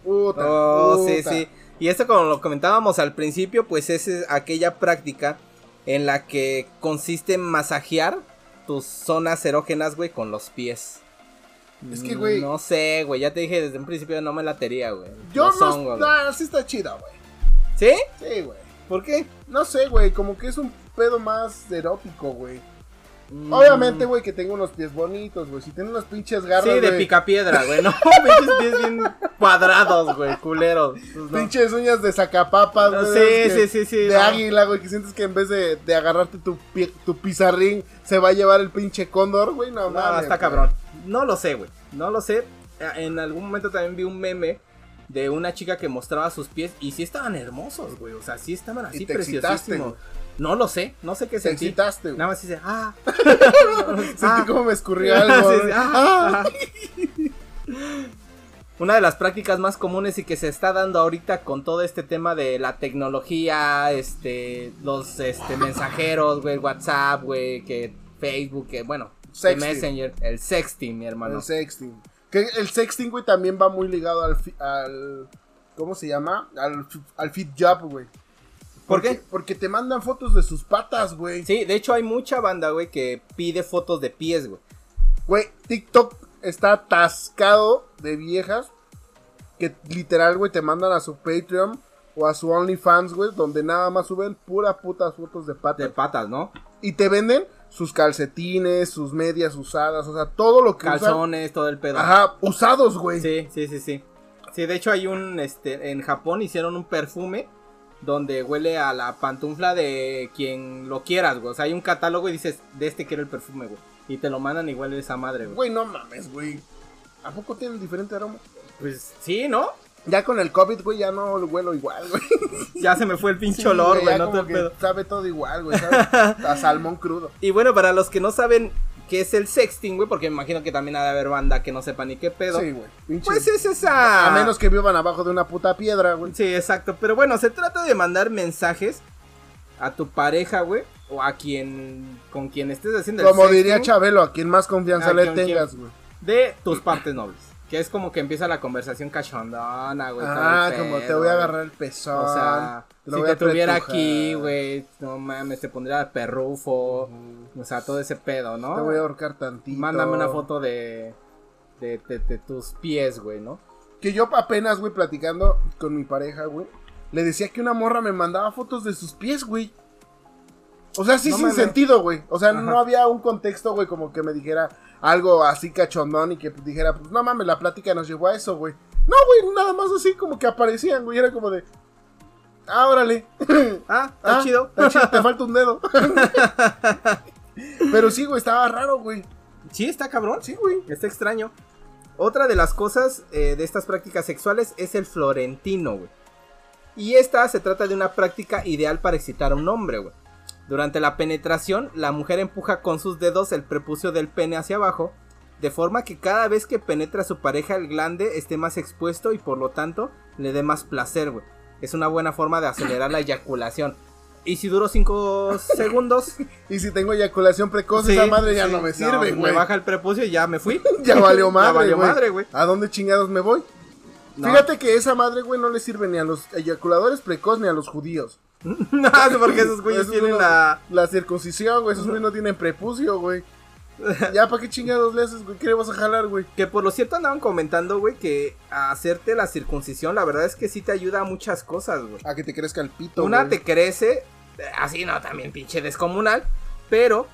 B: Puta,
A: Oh, sí,
B: puta.
A: sí. Y esto, como lo comentábamos al principio, pues es eh, aquella práctica en la que consiste en masajear tus zonas erógenas, güey, con los pies.
B: Es que, güey.
A: No sé, güey. Ya te dije desde un principio, no me latería, güey.
B: Yo
A: Los
B: no.
A: hongos, güey.
B: nah, sí está chida, güey.
A: ¿Sí?
B: Sí, güey.
A: ¿Por qué?
B: No sé, güey, como que es un pedo más erótico, güey.
A: Mm,
B: Obviamente, güey, que tengo unos pies bonitos, güey. Si tiene unas pinches garras,
A: Sí, de
B: güey,
A: picapiedra, güey. No, pinches pies bien cuadrados, güey, culeros. Pues no.
B: Pinches uñas de zacapapas,
A: No,
B: güey.
A: sí,
B: de esas que-
A: sí, sí, sí,
B: De
A: no.
B: águila, güey, que sientes que en vez de, de agarrarte tu, pie- tu pizarrín, se va a llevar el pinche cóndor, güey. No,
A: No,
B: mames,
A: está
B: güey.
A: cabrón. No lo sé, güey. No lo sé. Eh, En algún momento también vi un meme de una chica que mostraba sus pies y sí estaban hermosos, güey. O sea, sí estaban así
B: te excitaste,
A: preciosísimos. No lo sé, no sé qué
B: Te
A: sentí.
B: excitaste, güey.
A: Nada más dice, ah.
B: Sentí
A: Ah.
B: como me escurría algo.
A: Sí, sí,
B: güey.
A: ah, ah. Una de las prácticas más comunes y que se está dando ahorita con todo este tema de la tecnología, este, los este, mensajeros, güey, WhatsApp, güey, que Facebook, que bueno, que
B: Sexting.
A: Messenger, el sexting, mi hermano.
B: El sexting. Que el sexting, güey, también va muy ligado al. fi- al ¿Cómo se llama? Al, fi- al fit job, güey.
A: ¿Por
B: Porque-
A: qué?
B: Porque te mandan fotos de sus patas, güey.
A: Sí, de hecho hay mucha banda, güey, que pide fotos de pies, güey.
B: Güey, TikTok está atascado de viejas que literal, güey, te mandan a su Patreon o a su OnlyFans, güey, donde nada más suben pura putas fotos de patas.
A: De patas, ¿no?
B: Y te venden sus calcetines, sus medias usadas, o sea, todo lo que usan.
A: Calzones, todo el pedo.
B: Ajá, usados, güey.
A: Sí, sí, sí, sí. Sí, de hecho hay un, este, en Japón hicieron un perfume donde huele a la pantufla de quien lo quieras, güey. O sea, hay un catálogo y dices, de este quiero el perfume, güey. Y te lo mandan y huele esa madre, güey.
B: Güey, no mames, güey. ¿A poco tienen diferente aroma?
A: Pues sí, ¿no?
B: Ya con el COVID, güey, ya no lo huelo igual, güey.
A: Ya se me fue el pinche
B: Sí,
A: olor, güey,
B: ya
A: no
B: como
A: te
B: que
A: pedo.
B: Sabe todo igual, güey, ¿sabes? A salmón crudo.
A: Y bueno, para los que no saben qué es el sexting, güey, porque me imagino que también ha de haber banda que no sepa ni qué pedo.
B: Sí, güey. pinche-
A: pues es esa.
B: A menos que vivan abajo de una puta piedra, güey.
A: Sí, exacto. Pero bueno, se trata de mandar mensajes a tu pareja, güey. O a quien. con quien estés haciendo el
B: Como
A: sexting,
B: diría Chabelo, a quien más confianza
A: Ah,
B: le
A: ¿con quién?
B: tengas, güey.
A: De tus partes nobles. Que es como que empieza la conversación cachondona, güey. todo
B: Ah,
A: el
B: como te
A: pedo,
B: voy a
A: güey.
B: agarrar el pezón.
A: O sea,
B: lo
A: si
B: voy
A: te
B: a
A: tuviera
B: apretujar.
A: aquí, güey, no mames, te pondría perrufo.
B: Ujú.
A: O sea, todo ese pedo, ¿no?
B: Te voy a ahorcar tantito.
A: Mándame una foto de, de, de- de tus pies, güey, ¿no?
B: Que yo apenas, güey, platicando con mi pareja, güey, le decía que una morra me mandaba fotos de sus pies, güey. O sea, sí
A: No
B: sin
A: mames.
B: sentido, güey. O sea, no
A: Ajá.
B: había un contexto, güey, como que me dijera algo así cachondón y que dijera, pues no mames, la plática nos llevó a eso, güey. No, güey, nada más así como que aparecían, güey. Era como de, ah, órale.
A: Ah, está
B: Ah,
A: chido.
B: está chido, te falta un dedo. Pero sí, güey, estaba raro, güey.
A: Sí, está cabrón.
B: Sí, güey.
A: Está extraño. Otra de las cosas eh, de estas prácticas sexuales es el florentino, güey. Y esta se trata de una práctica ideal para excitar a un hombre, güey. Durante la penetración, la mujer empuja con sus dedos el prepucio del pene hacia abajo, de forma que cada vez que penetra a su pareja el glande esté más expuesto y por lo tanto le dé más placer, güey. Es una buena forma de acelerar la eyaculación. Y si duró 5 segundos,
B: Y si tengo eyaculación precoz,
A: Sí,
B: esa madre ya
A: sí.
B: no me sirve,
A: Me
B: güey.
A: baja el prepucio y ya me fui.
B: Ya valió madre,
A: ya valió
B: güey.
A: madre, güey.
B: ¿A dónde chingados me voy?
A: No.
B: Fíjate que esa madre, güey, no le sirve ni a los eyaculadores precoz ni a los judíos.
A: No, porque esos güeyes
B: Esos
A: tienen
B: no-
A: la.
B: La circuncisión, güey. Esos güeyes no tienen prepucio, güey. Ya, ¿para qué chingados le haces, güey? ¿Qué le vas a jalar, güey?
A: Que por lo cierto andaban comentando, güey, que hacerte la circuncisión, la verdad es que sí te ayuda a muchas cosas, güey.
B: A que te crezca el pito,
A: Una
B: güey.
A: te crece, eh, así no, también pinche descomunal, pero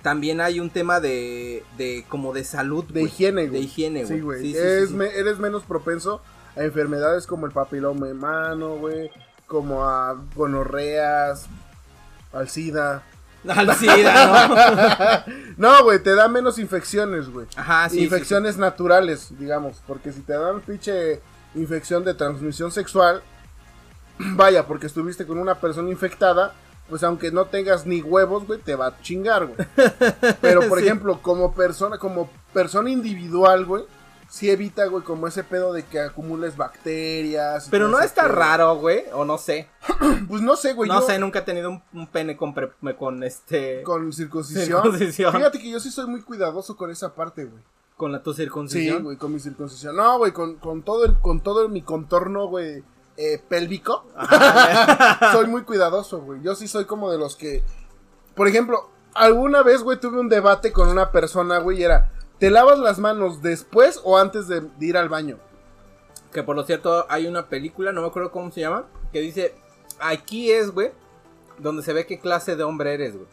A: también hay un tema de, de como de salud,
B: De
A: güey.
B: higiene, güey.
A: De higiene, güey.
B: Sí, güey.
A: Sí, sí,
B: Es
A: sí, sí.
B: me- eres menos propenso a enfermedades como el papiloma humano, güey. Como a gonorreas, al SIDA.
A: Al SIDA, ¿no?
B: No, güey, te da menos infecciones, güey.
A: Ajá, Ah, sí. sí,
B: infecciones naturales, digamos. Porque si te dan pinche infección de transmisión sexual, vaya, porque estuviste con una persona infectada, pues aunque no tengas ni huevos, güey, te va a chingar, güey. Pero por
A: Sí.
B: ejemplo, como persona, como persona individual, güey, sí evita, güey, como ese pedo de que acumules bacterias. y
A: sí. Pero
B: todo
A: no
B: ese
A: está
B: pedo.
A: raro, güey, o no sé.
B: Pues no sé, güey.
A: no
B: yo-
A: sé, nunca he tenido un, un pene con, pre- con este... Con,
B: Con circuncisión.
A: Circuncisión.
B: Fíjate que yo sí soy muy cuidadoso con esa parte, güey.
A: la tu
B: Sí,
A: circuncisión.
B: güey, con mi circuncisión. No, güey, con, con todo el, con todo mi contorno, güey, eh, pélvico. soy muy cuidadoso, güey. Yo sí soy como de los que. Por ejemplo, alguna vez, güey, tuve un debate con una persona, güey, y era. ¿Te lavas las manos después o antes de, de ir al baño?
A: Que por lo cierto, hay una película, no me acuerdo cómo se llama, que dice: Aquí es, güey, donde se ve qué clase de hombre eres, güey.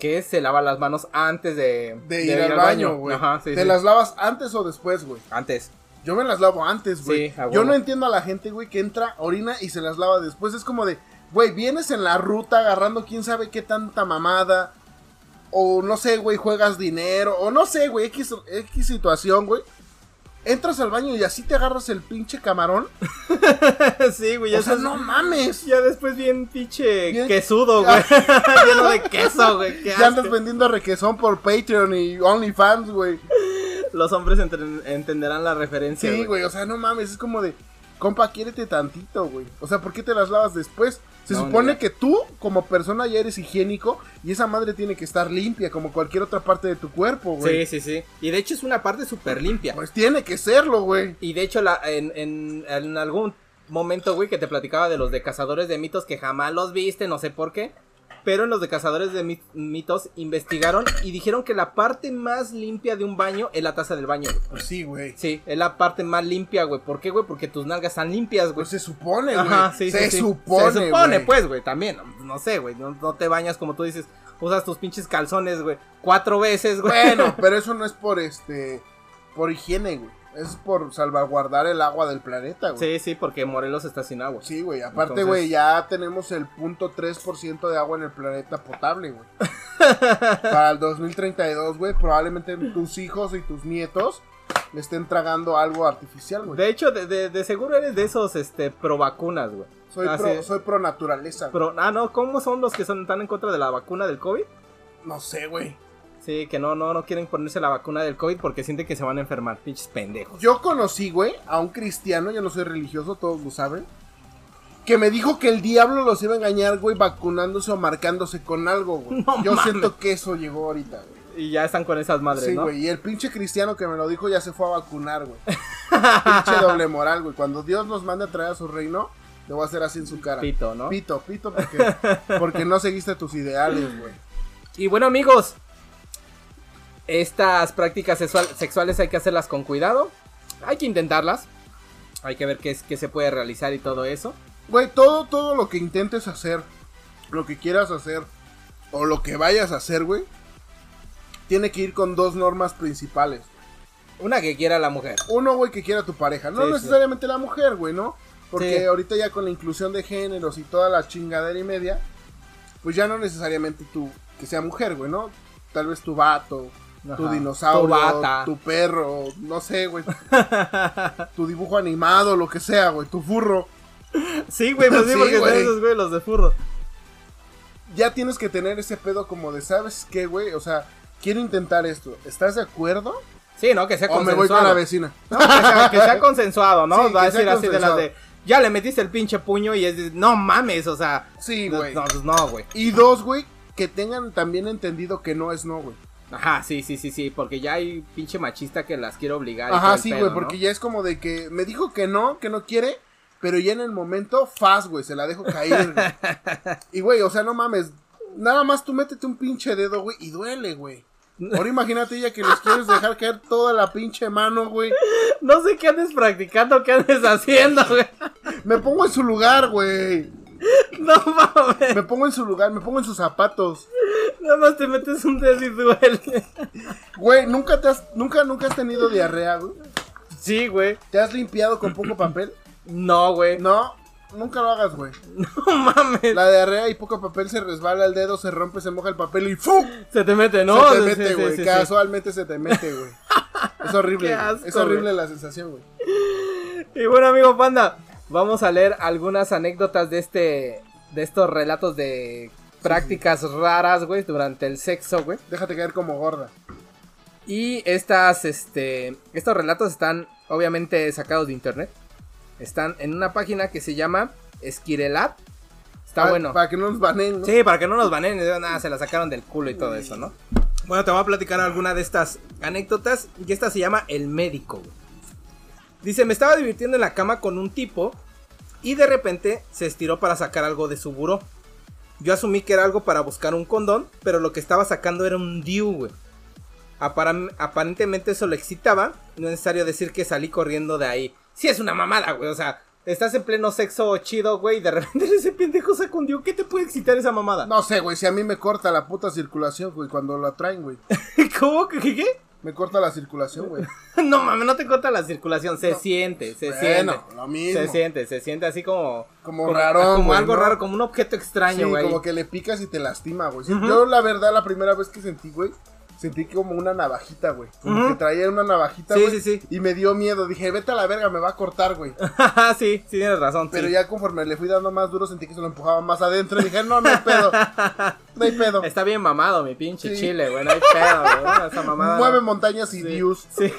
A: Que es se lava las manos antes de,
B: De ir, al baño, güey.
A: Ajá, sí,
B: ¿Te
A: sí.
B: las lavas antes o después, güey?
A: Antes.
B: Yo me las lavo antes, güey.
A: Sí, a huevo.
B: Yo no entiendo a la gente, güey, que entra, orina y se las lava después. Es como de, güey, vienes en la ruta agarrando quién sabe qué tanta mamada. O no sé, güey, juegas dinero. O no sé, güey, X, X situación, güey. Entras al baño y así te agarras el pinche camarón.
A: sí, güey. Ya,
B: O sea,
A: después-
B: no mames.
A: ya después bien pinche
B: Bien-
A: quesudo, güey. Lleno de queso, güey. qué
B: Ya andas
A: asco.
B: vendiendo requesón por Patreon y OnlyFans, güey.
A: Los hombres entren- entenderán la referencia.
B: Sí, güey, o sea, no mames, es como de, compa, quiérete tantito, güey. O sea, ¿por qué te las lavas después? Se
A: No,
B: supone
A: ni idea.
B: que tú, como persona, ya eres higiénico y esa madre tiene que estar limpia, como cualquier otra parte de tu cuerpo, güey.
A: Sí, sí, sí. Y de hecho es una parte súper limpia.
B: Pues tiene que serlo, güey.
A: Y de hecho, la, en, en- en algún momento, güey, que te platicaba de los de cazadores de mitos que jamás los viste, no sé por qué. Pero en los de cazadores de mi- mitos investigaron y dijeron que la parte más limpia de un baño es la taza del baño. güey.
B: Pues sí, güey.
A: Sí, es la parte más limpia, güey. ¿Por qué, güey? Porque tus nalgas están limpias, güey.
B: Pues se supone, güey.
A: Ajá, sí,
B: se,
A: sí, sí.
B: supone,
A: Se supone,
B: güey.
A: pues, güey, también. No, no sé, güey. No, no te bañas como tú dices. Usas tus pinches calzones, güey. Cuatro veces, güey.
B: Bueno, pero eso no es por este. por higiene, güey. Es por salvaguardar el agua del planeta,
A: Sí,
B: güey.
A: sí, porque Morelos está sin agua.
B: Sí, güey. Aparte,
A: Entonces-
B: güey, ya tenemos el punto 3% de agua en el planeta potable, güey. Para el 2032, güey, probablemente tus hijos y tus nietos le estén tragando algo artificial, güey.
A: De hecho, de, de- de seguro eres de esos este, pro vacunas, güey.
B: Soy,
A: Ah,
B: pro,
A: sí.
B: soy pro naturaleza, güey.
A: Pro- ah, no, ¿cómo son los que son, están en contra de la vacuna del COVID?
B: No sé, güey.
A: Sí, que no, no, no quieren ponerse la vacuna del COVID porque sienten que se van a enfermar, pinches pendejos.
B: Yo conocí, güey, a un cristiano, yo no soy religioso, todos lo saben, que me dijo que el diablo los iba a engañar, güey, vacunándose o marcándose con algo, güey.
A: No
B: yo
A: mames.
B: siento que eso llegó ahorita, güey.
A: Y ya están con esas madres,
B: Sí,
A: ¿no?
B: güey, y el pinche cristiano que me lo dijo ya se fue a vacunar, güey. pinche doble moral, güey. Cuando Dios nos manda a traer a su reino, le voy a hacer así en su cara.
A: Pito, ¿no?
B: Pito, pito, porque, porque no seguiste tus ideales, güey.
A: Y bueno, amigos, estas prácticas sexual- sexuales hay que hacerlas con cuidado. Hay que intentarlas. Hay que ver qué, es, qué se puede realizar y todo eso.
B: Güey, todo, todo lo que intentes hacer, lo que quieras hacer, o lo que vayas a hacer, güey, tiene que ir con dos normas principales.
A: Una que quiera la mujer.
B: Uno, güey, que quiera tu pareja. No
A: Sí, sí.
B: necesariamente la mujer, güey, ¿no? Porque
A: Sí.
B: ahorita ya con la inclusión de géneros y toda la chingadera y media, pues ya no necesariamente tú, que sea mujer, güey, ¿no? Tal vez tu vato, tu
A: Ajá.
B: dinosaurio,
A: Tu bata.
B: tu perro, no sé, güey. tu dibujo animado, lo que sea, güey, tu furro.
A: Sí, güey, pues sí,
B: Sí,
A: porque son
B: güey.
A: esos güey, los de furro.
B: ya tienes que tener ese pedo como de, ¿sabes qué, güey? O sea, quiero intentar esto. ¿Estás de acuerdo?
A: Sí, ¿no? Que sea
B: O me voy con
A: consensuado.
B: la vecina.
A: No, que, sea, que sea consensuado, ¿no?
B: Sí,
A: Va a
B: que sea
A: decir así de las
B: consensuado.
A: de. Ya le metiste el pinche puño y es de, no mames, o sea.
B: Sí,
A: no,
B: güey.
A: no, pues no, güey.
B: Y dos, güey, que tengan también entendido que no es no, güey.
A: Ajá, sí, sí, sí, sí, porque ya hay pinche machista que las quiere obligar. y todo
B: Ajá,
A: el
B: sí,
A: pedo,
B: güey,
A: ¿no?
B: porque ya es como de que me dijo que no, que no quiere, pero ya en el momento, fast, güey, se la dejo caer. güey. y, güey, o sea, no mames. Nada más tú métete un pinche dedo, güey, y duele, güey. Ahora imagínate ya que les quieres dejar caer toda la pinche mano, güey.
A: No sé qué andes practicando, qué andes haciendo, güey.
B: Me pongo en su lugar, güey.
A: No mames.
B: Me pongo en su lugar, me pongo en sus zapatos.
A: Nada más te metes un dedo y duele.
B: Güey, nunca te has, nunca, nunca has tenido diarrea, güey.
A: Sí, güey.
B: ¿Te has limpiado con poco papel?
A: No, güey. No,
B: No, nunca lo hagas, güey.
A: mames.
B: La diarrea y poco papel se resbala el dedo, se rompe, se moja el papel y ¡fu!
A: Se te mete, ¿no?
B: se te
A: Sí,
B: mete,
A: sí,
B: güey.
A: sí, sí.
B: Casualmente se te mete, güey. Es horrible.
A: Qué
B: güey.
A: asco,
B: es horrible la sensación, güey.
A: Y bueno, amigo panda, vamos a leer algunas anécdotas de este de estos relatos de prácticas raras, güey, durante el sexo, güey.
B: Déjate caer como gorda.
A: Y estas este estos relatos están obviamente sacados de internet. Están en una página que se llama Esquirelat. Está
B: Pa-
A: bueno.
B: Ah, Para que no nos banen, ¿no?
A: Sí, para que no nos banen, y digan, "Ah, se la sacaron del culo y todo eso, ¿no? Bueno, te voy a platicar alguna de estas anécdotas y esta se llama El médico. güey. Dice, me estaba divirtiendo en la cama con un tipo y de repente se estiró para sacar algo de su buró. Yo asumí que era algo para buscar un condón, pero lo que estaba sacando era un diu, güey. Aparam- Aparentemente eso lo excitaba, no es necesario decir que salí corriendo de ahí. Sí, es una mamada, güey, o sea, estás en pleno sexo chido, güey, y de repente ese pendejo saca un diu. ¿Qué te puede excitar esa mamada?
B: No sé, güey. Si a mí me corta la puta circulación, güey, cuando la traen, güey.
A: ¿Cómo? ¿Qué? qué, qué?
B: Me corta la circulación, güey.
A: No mames, no te corta la circulación, se siente, se siente.
B: Bueno, lo mismo.
A: Se siente, se siente así como.
B: Como rarón,
A: Como
B: güey,
A: algo
B: ¿no?
A: raro, como un objeto extraño,
B: Sí,
A: güey.
B: como que le picas y te lastima, güey. Sí,
A: Ujú.
B: Yo, la verdad, la primera vez que sentí, güey, sentí como una navajita, güey. Como
A: Ujú.
B: que traía una navajita,
A: Sí, sí,
B: güey.
A: sí.
B: Y me dio miedo. Dije, vete a la verga, me va a cortar, güey.
A: Ajá, sí, sí tienes razón.
B: Pero
A: sí.
B: ya conforme le fui dando más duro, sentí que se lo empujaba más adentro. Y dije, no, no hay pedo. No hay pedo.
A: Está bien mamado mi pinche
B: Sí.
A: chile, güey. No hay pedo, güey. Esa mamada.
B: Mueve
A: no.
B: montañas y
A: Sí,
B: views.
A: sí.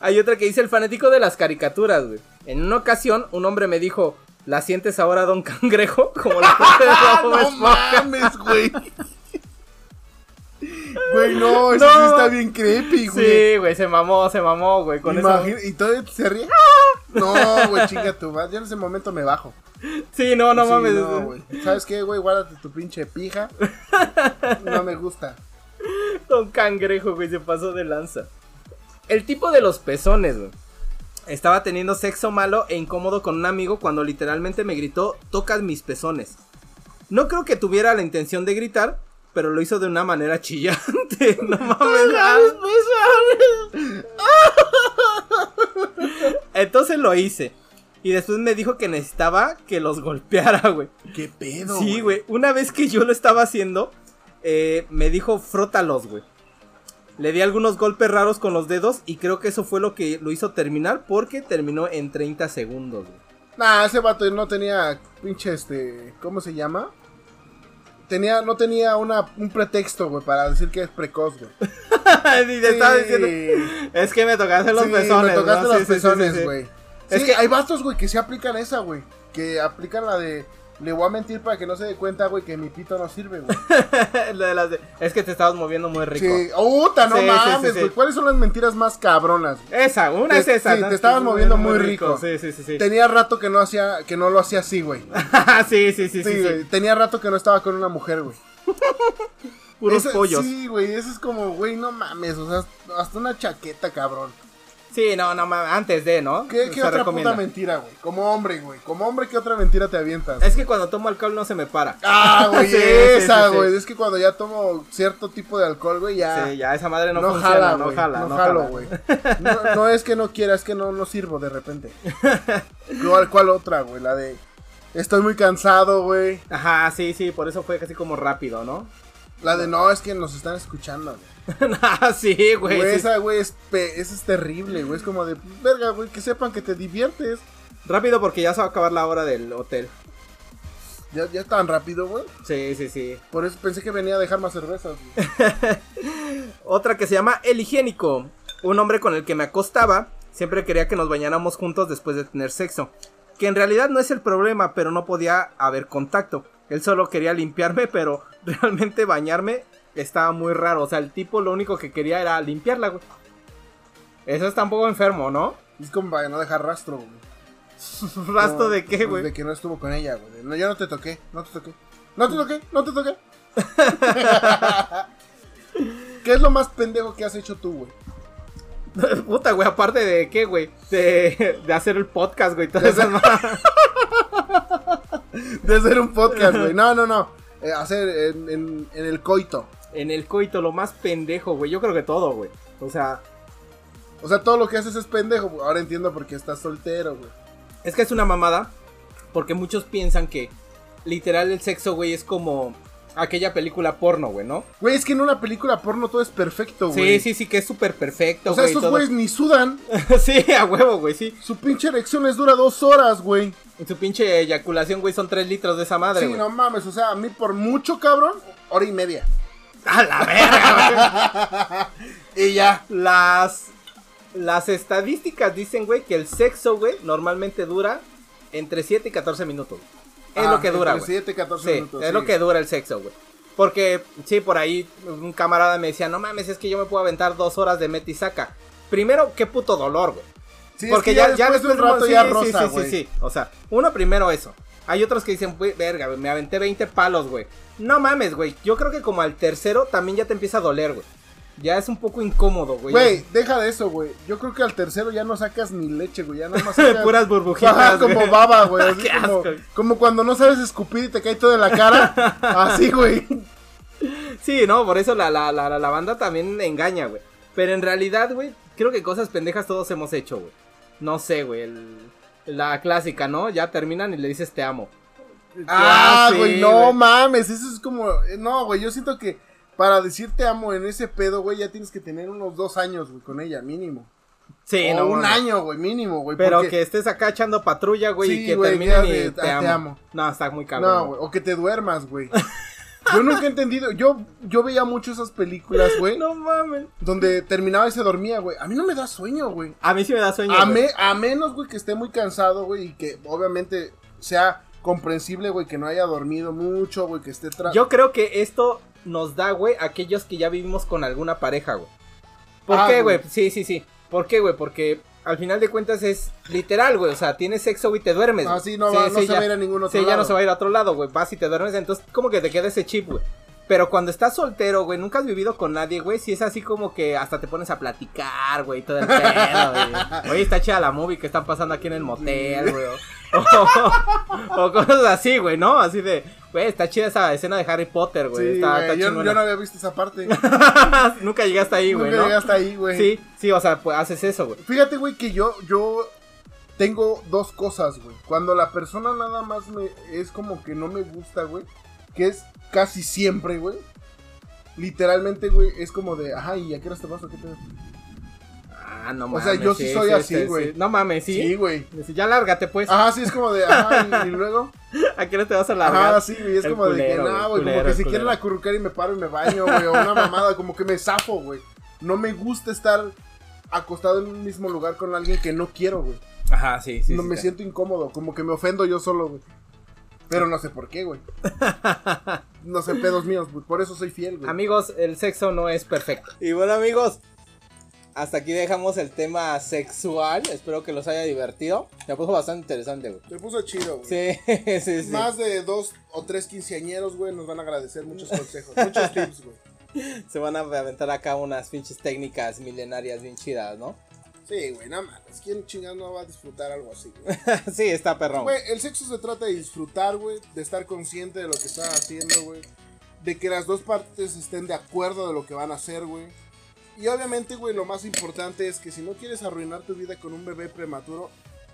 A: Hay otra que dice el fanático de las caricaturas, güey. En una ocasión, un hombre me dijo: ¿La sientes ahora, don cangrejo? Como la frase de
B: ¡Ah,
A: Bob
B: no
A: Esponja.
B: mames, güey! Güey, no, eso
A: No.
B: sí está bien creepy, güey.
A: Sí, güey, se mamó, se mamó, güey. Con esa-
B: Imagina- Y todo se ríe. No, güey, chinga tu madre. Yo en ese momento me bajo.
A: Sí, no, no
B: Sí,
A: mames.
B: no, güey. ¿Sabes qué, güey? Guárdate tu pinche pija. No me gusta.
A: Don Cangrejo, güey, se pasó de lanza. El tipo de los pezones, güey. Estaba teniendo sexo malo e incómodo con un amigo cuando literalmente me gritó, tocas mis pezones. No creo que tuviera la intención de gritar, pero lo hizo de una manera chillante. No mames.
B: mames!
A: Ah, Entonces lo hice. Y después me dijo que necesitaba que los golpeara, güey.
B: ¿Qué pedo?
A: Sí, güey. Una vez que yo lo estaba haciendo, eh, me dijo, frótalos, güey. Le di algunos golpes raros con los dedos y creo que eso fue lo que lo hizo terminar porque terminó en 30 segundos, güey.
B: Nah, ese vato no tenía pinche este. ¿Cómo se llama? Tenía, no tenía una, un pretexto, güey, para decir que es precoz, güey.
A: y te estaba
B: Sí.
A: diciendo, es que me tocaste los
B: Sí,
A: pezones.
B: Me tocaste
A: ¿no?
B: los
A: Sí, sí, sí, sí,
B: pezones,
A: sí.
B: güey. Sí,
A: Es que-
B: hay bastos, güey, que sí aplican esa, güey. Que aplican la de. Le voy a mentir para que no se dé cuenta, güey, que mi pito no sirve, güey.
A: Lo de las de- Es que te estabas moviendo muy rico.
B: Sí, ¡Uta, no
A: Sí, sí,
B: mames,
A: sí,
B: güey!
A: sí.
B: ¿Cuáles son las mentiras más cabronas? güey?
A: Esa, una
B: Te-
A: es esa.
B: sí,
A: ¿no?
B: te estabas moviendo muy rico.
A: Sí, sí, sí. Sí,
B: Tenía rato que no hacía, que no lo hacía así, güey.
A: sí, sí, sí.
B: Sí,
A: sí, sí.
B: güey, Tenía rato que no estaba con una mujer, güey.
A: Puros
B: Ese-
A: pollos. Sí.
B: Sí, güey, eso es como, güey, no mames, o sea, hasta una chaqueta, cabrón.
A: no, no, mames, antes de, ¿no?
B: ¿Qué,
A: Se
B: qué otra
A: recomienda.
B: puta mentira, güey? Como hombre, güey. Como hombre, ¿qué otra mentira te avientas?
A: Es que cuando tomo alcohol no se me para.
B: Ah, güey,
A: Sí, sí,
B: esa,
A: sí, sí.
B: güey. Es que cuando ya tomo cierto tipo de alcohol, güey, ya.
A: Sí, ya esa madre no,
B: no,
A: funciona,
B: jala,
A: no
B: güey.
A: jala,
B: No,
A: no
B: jalo,
A: jala.
B: güey. No, no es que no quiera, es que no, no sirvo de repente. ¿Cuál, cuál otra, güey? La de. Estoy muy cansado, güey.
A: Ajá, sí, sí, por eso fue casi como rápido, ¿no?
B: La de no, es que nos están escuchando, güey.
A: ah, sí, güey.
B: Güey,
A: sí.
B: esa, güey, es, pe- esa es terrible, güey. Es como de, verga, güey, que sepan que te diviertes.
A: Rápido porque ya se va a acabar la hora del hotel.
B: Ya, ya tan rápido, güey.
A: Sí, sí, sí.
B: Por eso pensé que venía a dejar más cervezas. güey.
A: Otra que se llama El Higiénico. Un hombre con el que me acostaba siempre quería que nos bañáramos juntos después de tener sexo. Que en realidad no es el problema, pero no podía haber contacto. Él solo quería limpiarme, pero realmente bañarme estaba muy raro. O sea, el tipo lo único que quería era limpiarla, güey. Eso está un poco enfermo, ¿no?
B: Es como para no dejar rastro, güey.
A: ¿Rasto
B: No,
A: de qué,
B: pues,
A: güey?
B: De que no estuvo con ella, güey. No, yo no te toqué, no te toqué. No te toqué, no te toqué. ¿Qué es lo más pendejo que has hecho tú, güey?
A: Puta, güey, aparte de qué, güey. De, de hacer el podcast, güey. todas esas mamadas.
B: De hacer un podcast, güey. No, no, no. Eh, hacer en, en- en el coito.
A: en el coito, lo más pendejo, güey. Yo creo que todo, güey. O sea,
B: O sea, todo lo que haces es pendejo. güey. Ahora entiendo por qué estás soltero, güey.
A: es que es una mamada. Porque muchos piensan que literal el sexo, güey, es como aquella película porno, güey, ¿no?
B: Güey, es que en una película porno todo es perfecto,
A: Sí,
B: Oh, güey.
A: sí, sí, que es súper perfecto,
B: O sea,
A: güey.
B: estos
A: todo.
B: güeyes ni sudan.
A: sí, a huevo, güey, sí.
B: Su pinche erección les dura dos horas, güey.
A: Su pinche eyaculación, güey, son tres litros de esa madre,
B: Sí,
A: güey.
B: no mames. O sea, a mí por mucho, cabrón, hora y media.
A: A la verga,
B: Y ya.
A: güey. Las. Las estadísticas dicen, güey, que el sexo, güey, normalmente dura entre 7 y 14 minutos. güey. Es
B: Ah,
A: lo que dura,
B: entre
A: güey.
B: siete y 14
A: Sí,
B: minutos,
A: es
B: sí.
A: lo que dura el sexo, güey. Porque, sí, por ahí un camarada me decía, no mames, es que yo me puedo aventar dos horas de meta y saca. Primero, qué puto dolor, güey.
B: Sí,
A: Porque
B: es que
A: ya, ya
B: después de un rato
A: sí,
B: ya
A: sí,
B: rosa,
A: sí, sí,
B: güey.
A: sí, O sea, uno primero eso. Hay otros que dicen, güey, verga, güey, me aventé 20 palos, güey. No mames, güey. Yo creo que como al tercero también ya te empieza a doler, güey. Ya es un poco incómodo, güey.
B: Güey, deja de eso, güey. Yo creo que al tercero ya no sacas ni leche, güey. Ya nada más
A: De
B: sacas...
A: puras burbujitas.
B: Ajá, como
A: güey.
B: baba, güey. así
A: Qué
B: como,
A: asco.
B: como cuando no sabes escupir y te cae todo en la cara. Así, güey.
A: Sí, no, por eso la, la, la, la- la banda también engaña, güey. Pero en realidad, güey, creo que cosas pendejas todos hemos hecho, güey. No sé, güey, el- la clásica, ¿no? Ya terminan y le dices te amo.
B: Ah,
A: sí,
B: güey, no
A: güey.
B: mames. Eso es como. eh, No, güey, yo siento que para decirte amo en ese pedo, güey, ya tienes que tener unos dos años, güey, con ella, mínimo.
A: Sí,
B: o
A: no.
B: un
A: mames.
B: año, güey, mínimo, güey.
A: Pero
B: porque-
A: que estés acá echando patrulla, güey,
B: Sí,
A: y que
B: güey,
A: terminen
B: ya
A: y
B: de-
A: te,
B: ah, te
A: amo.
B: amo.
A: No, está muy cabrón.
B: No,
A: güey.
B: güey, o que te duermas, güey. Yo nunca he entendido. Yo, yo veía mucho esas películas, güey.
A: No mames.
B: Donde terminaba y se dormía, güey. A mí no me da sueño, güey.
A: A mí sí me da sueño.
B: A,
A: güey.
B: me- a menos, güey, que esté muy cansado, güey. Y que obviamente sea comprensible, güey. Que no haya dormido mucho, güey. Que esté tra...
A: Yo creo que esto nos da, güey, a aquellos que ya vivimos con alguna pareja, güey. ¿Por
B: Ah,
A: qué,
B: güey.
A: güey? Sí, sí, sí. ¿Por qué, güey? Porque al final de cuentas es literal, güey. O sea, tienes sexo, güey, y te duermes.
B: Ah,
A: güey.
B: sí, no, va- no se
A: ya.
B: va a ir a ningún otro
A: pues, Sí, ya
B: lado.
A: no se va a ir a otro lado, güey. Vas y te duermes. Entonces, como que te queda ese chip, güey. Pero cuando estás soltero, güey, nunca has vivido con nadie, güey. Si es así como que hasta te pones a platicar, güey, y todo el pedo, güey. Oye, está chida la movie que están pasando aquí en el motel, güey. O, o- o cosas así, güey, ¿no? Así de, Güey, está chida esa escena de Harry Potter, güey.
B: Sí,
A: está,
B: güey,
A: está
B: yo, yo
A: chingona.
B: no había visto esa parte.
A: Nunca llegaste ahí,
B: Nunca
A: güey,
B: llegué
A: ¿no?
B: hasta ahí, güey.
A: Sí, sí, o sea, pues haces eso, güey.
B: Fíjate, güey, que yo, yo tengo dos cosas, güey. Cuando la persona nada más me es como que no me gusta, güey. Que es casi siempre, güey. Literalmente, güey, es como de, ajá, ¿y a qué hora te vas? ¿O qué te...
A: Ah, no
B: O
A: mames.
B: sea, yo sí soy así,
A: sí,
B: güey.
A: sí. No mames,
B: Sí,
A: sí.
B: güey.
A: Dice, Ya lárgate, pues.
B: Ajá, sí, es como de, ajá, y, y luego.
A: ¿A qué hora te vas a largar?
B: Ajá, sí, güey. Es
A: El
B: como de que,
A: culero,
B: nah,
A: güey,
B: güey, como
A: culero,
B: que se
A: culero.
B: quieren acurrucar y me paro y me baño, güey. O una mamada, como que me zafo, güey. No me gusta estar acostado en un mismo lugar con alguien que no quiero, güey.
A: Ajá, sí, sí.
B: no
A: sí,
B: me
A: sí.
B: siento incómodo, como que me ofendo yo solo, güey. Pero no sé por qué, güey. No sé, pedos míos, güey. Por eso soy fiel, güey.
A: Amigos, el sexo no es perfecto. Y bueno, amigos, hasta aquí dejamos el tema sexual. Espero que los haya divertido. Me puso bastante interesante, güey.
B: Me puso chido, güey.
A: Sí, sí, sí.
B: Más de dos o tres quinceañeros, güey, nos van a agradecer muchos consejos, muchos tips, güey.
A: Se van a aventar acá unas pinches técnicas milenarias bien chidas, ¿no?
B: Sí, güey, nada más. ¿Quién chingado no va a disfrutar algo así, güey?
A: sí, está perrón.
B: Güey, el sexo se trata de disfrutar, güey, de estar consciente de lo que están haciendo, güey. De que las dos partes estén de acuerdo de lo que van a hacer, güey. Y obviamente, güey, lo más importante es que si no quieres arruinar tu vida con un bebé prematuro,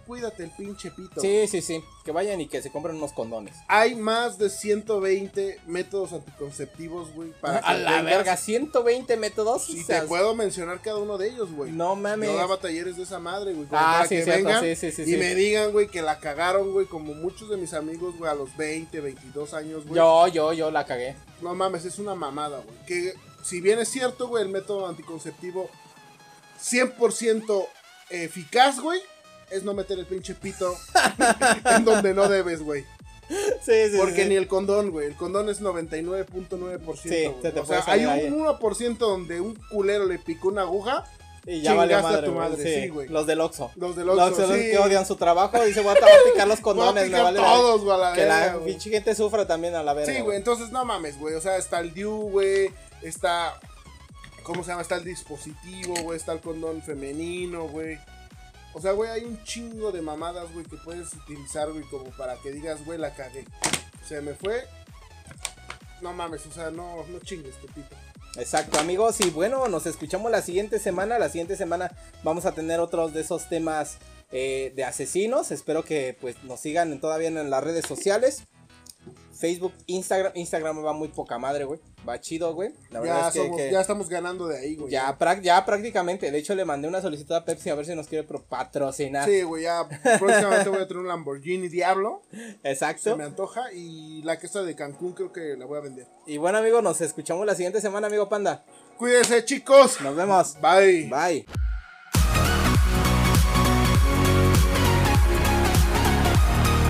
B: cuídate el pinche pito.
A: Sí, sí, sí. Que vayan y que se compren unos condones.
B: Hay más de 120 métodos anticonceptivos, güey, para que
A: A la
B: tengas-
A: verga, 120 métodos.
B: Y
A: o sea,
B: te puedo mencionar cada uno de ellos, güey.
A: No mames.
B: Yo daba talleres de esa madre, güey. como
A: Ah,
B: para
A: sí,
B: que
A: cierto,
B: vengan
A: sí, sí, sí,
B: Y
A: sí.
B: me digan, güey, que la cagaron, güey, como muchos de mis amigos, güey, a los 20, 22 años, güey.
A: Yo, yo, yo la cagué.
B: No mames, es una mamada, güey. Que si bien es cierto, güey, el método anticonceptivo 100% eficaz, güey, es no meter el pinche pito en donde no debes, güey.
A: Sí, sí,
B: Porque
A: sí.
B: ni el condón, güey. El condón es 99.9%.
A: Sí,
B: güey.
A: se te
B: o
A: puede
B: sea, hay
A: salir ahí.
B: un 1% donde un culero le picó una aguja.
A: Y ya valió
B: Chingaste a
A: madre,
B: tu
A: güey,
B: madre,
A: sí.
B: sí, güey.
A: Los del Oxxo.
B: Los del
A: Los
B: Oxxo,
A: del Oxxo
B: sí.
A: que odian su trabajo. Dice, voy a picar los
B: Voy a
A: condones, me
B: picar
A: vale. verga".
B: todos, güey, a la
A: Que
B: verga,
A: la
B: güey.
A: pinche gente sufra también a la verga.
B: Sí, güey, entonces no mames, güey. O sea, está el DIU, güey. Está. ¿Cómo se llama? Está el dispositivo, güey. Está el condón femenino, güey. O sea, güey, hay un chingo de mamadas, güey, que puedes utilizar, güey, como para que digas, güey, la cagué. Se me fue. No mames, o sea, no, no chingues, pepito.
A: Exacto, amigos. Y bueno, nos escuchamos la siguiente semana. La siguiente semana vamos a tener otros de esos temas eh, de asesinos. Espero que pues nos sigan en- todavía en las redes sociales. Facebook, Instagram. Instagram va muy poca madre, güey. Va chido, güey. La verdad
B: Ya,
A: es que,
B: somos-
A: que-
B: ya estamos ganando de ahí, güey.
A: ya, prac- ya prácticamente. De hecho, le mandé una solicitud a Pepsi a ver si nos quiere pro- patrocinar.
B: Sí, güey, ya próximamente voy a tener un Lamborghini Diablo. Se
A: Exacto.
B: me antoja. Y la que está de Cancún creo que la voy a vender.
A: Y bueno, amigos, nos escuchamos la siguiente semana, amigo Panda.
B: Cuídense, chicos.
A: Nos vemos.
B: Bye.
A: Bye.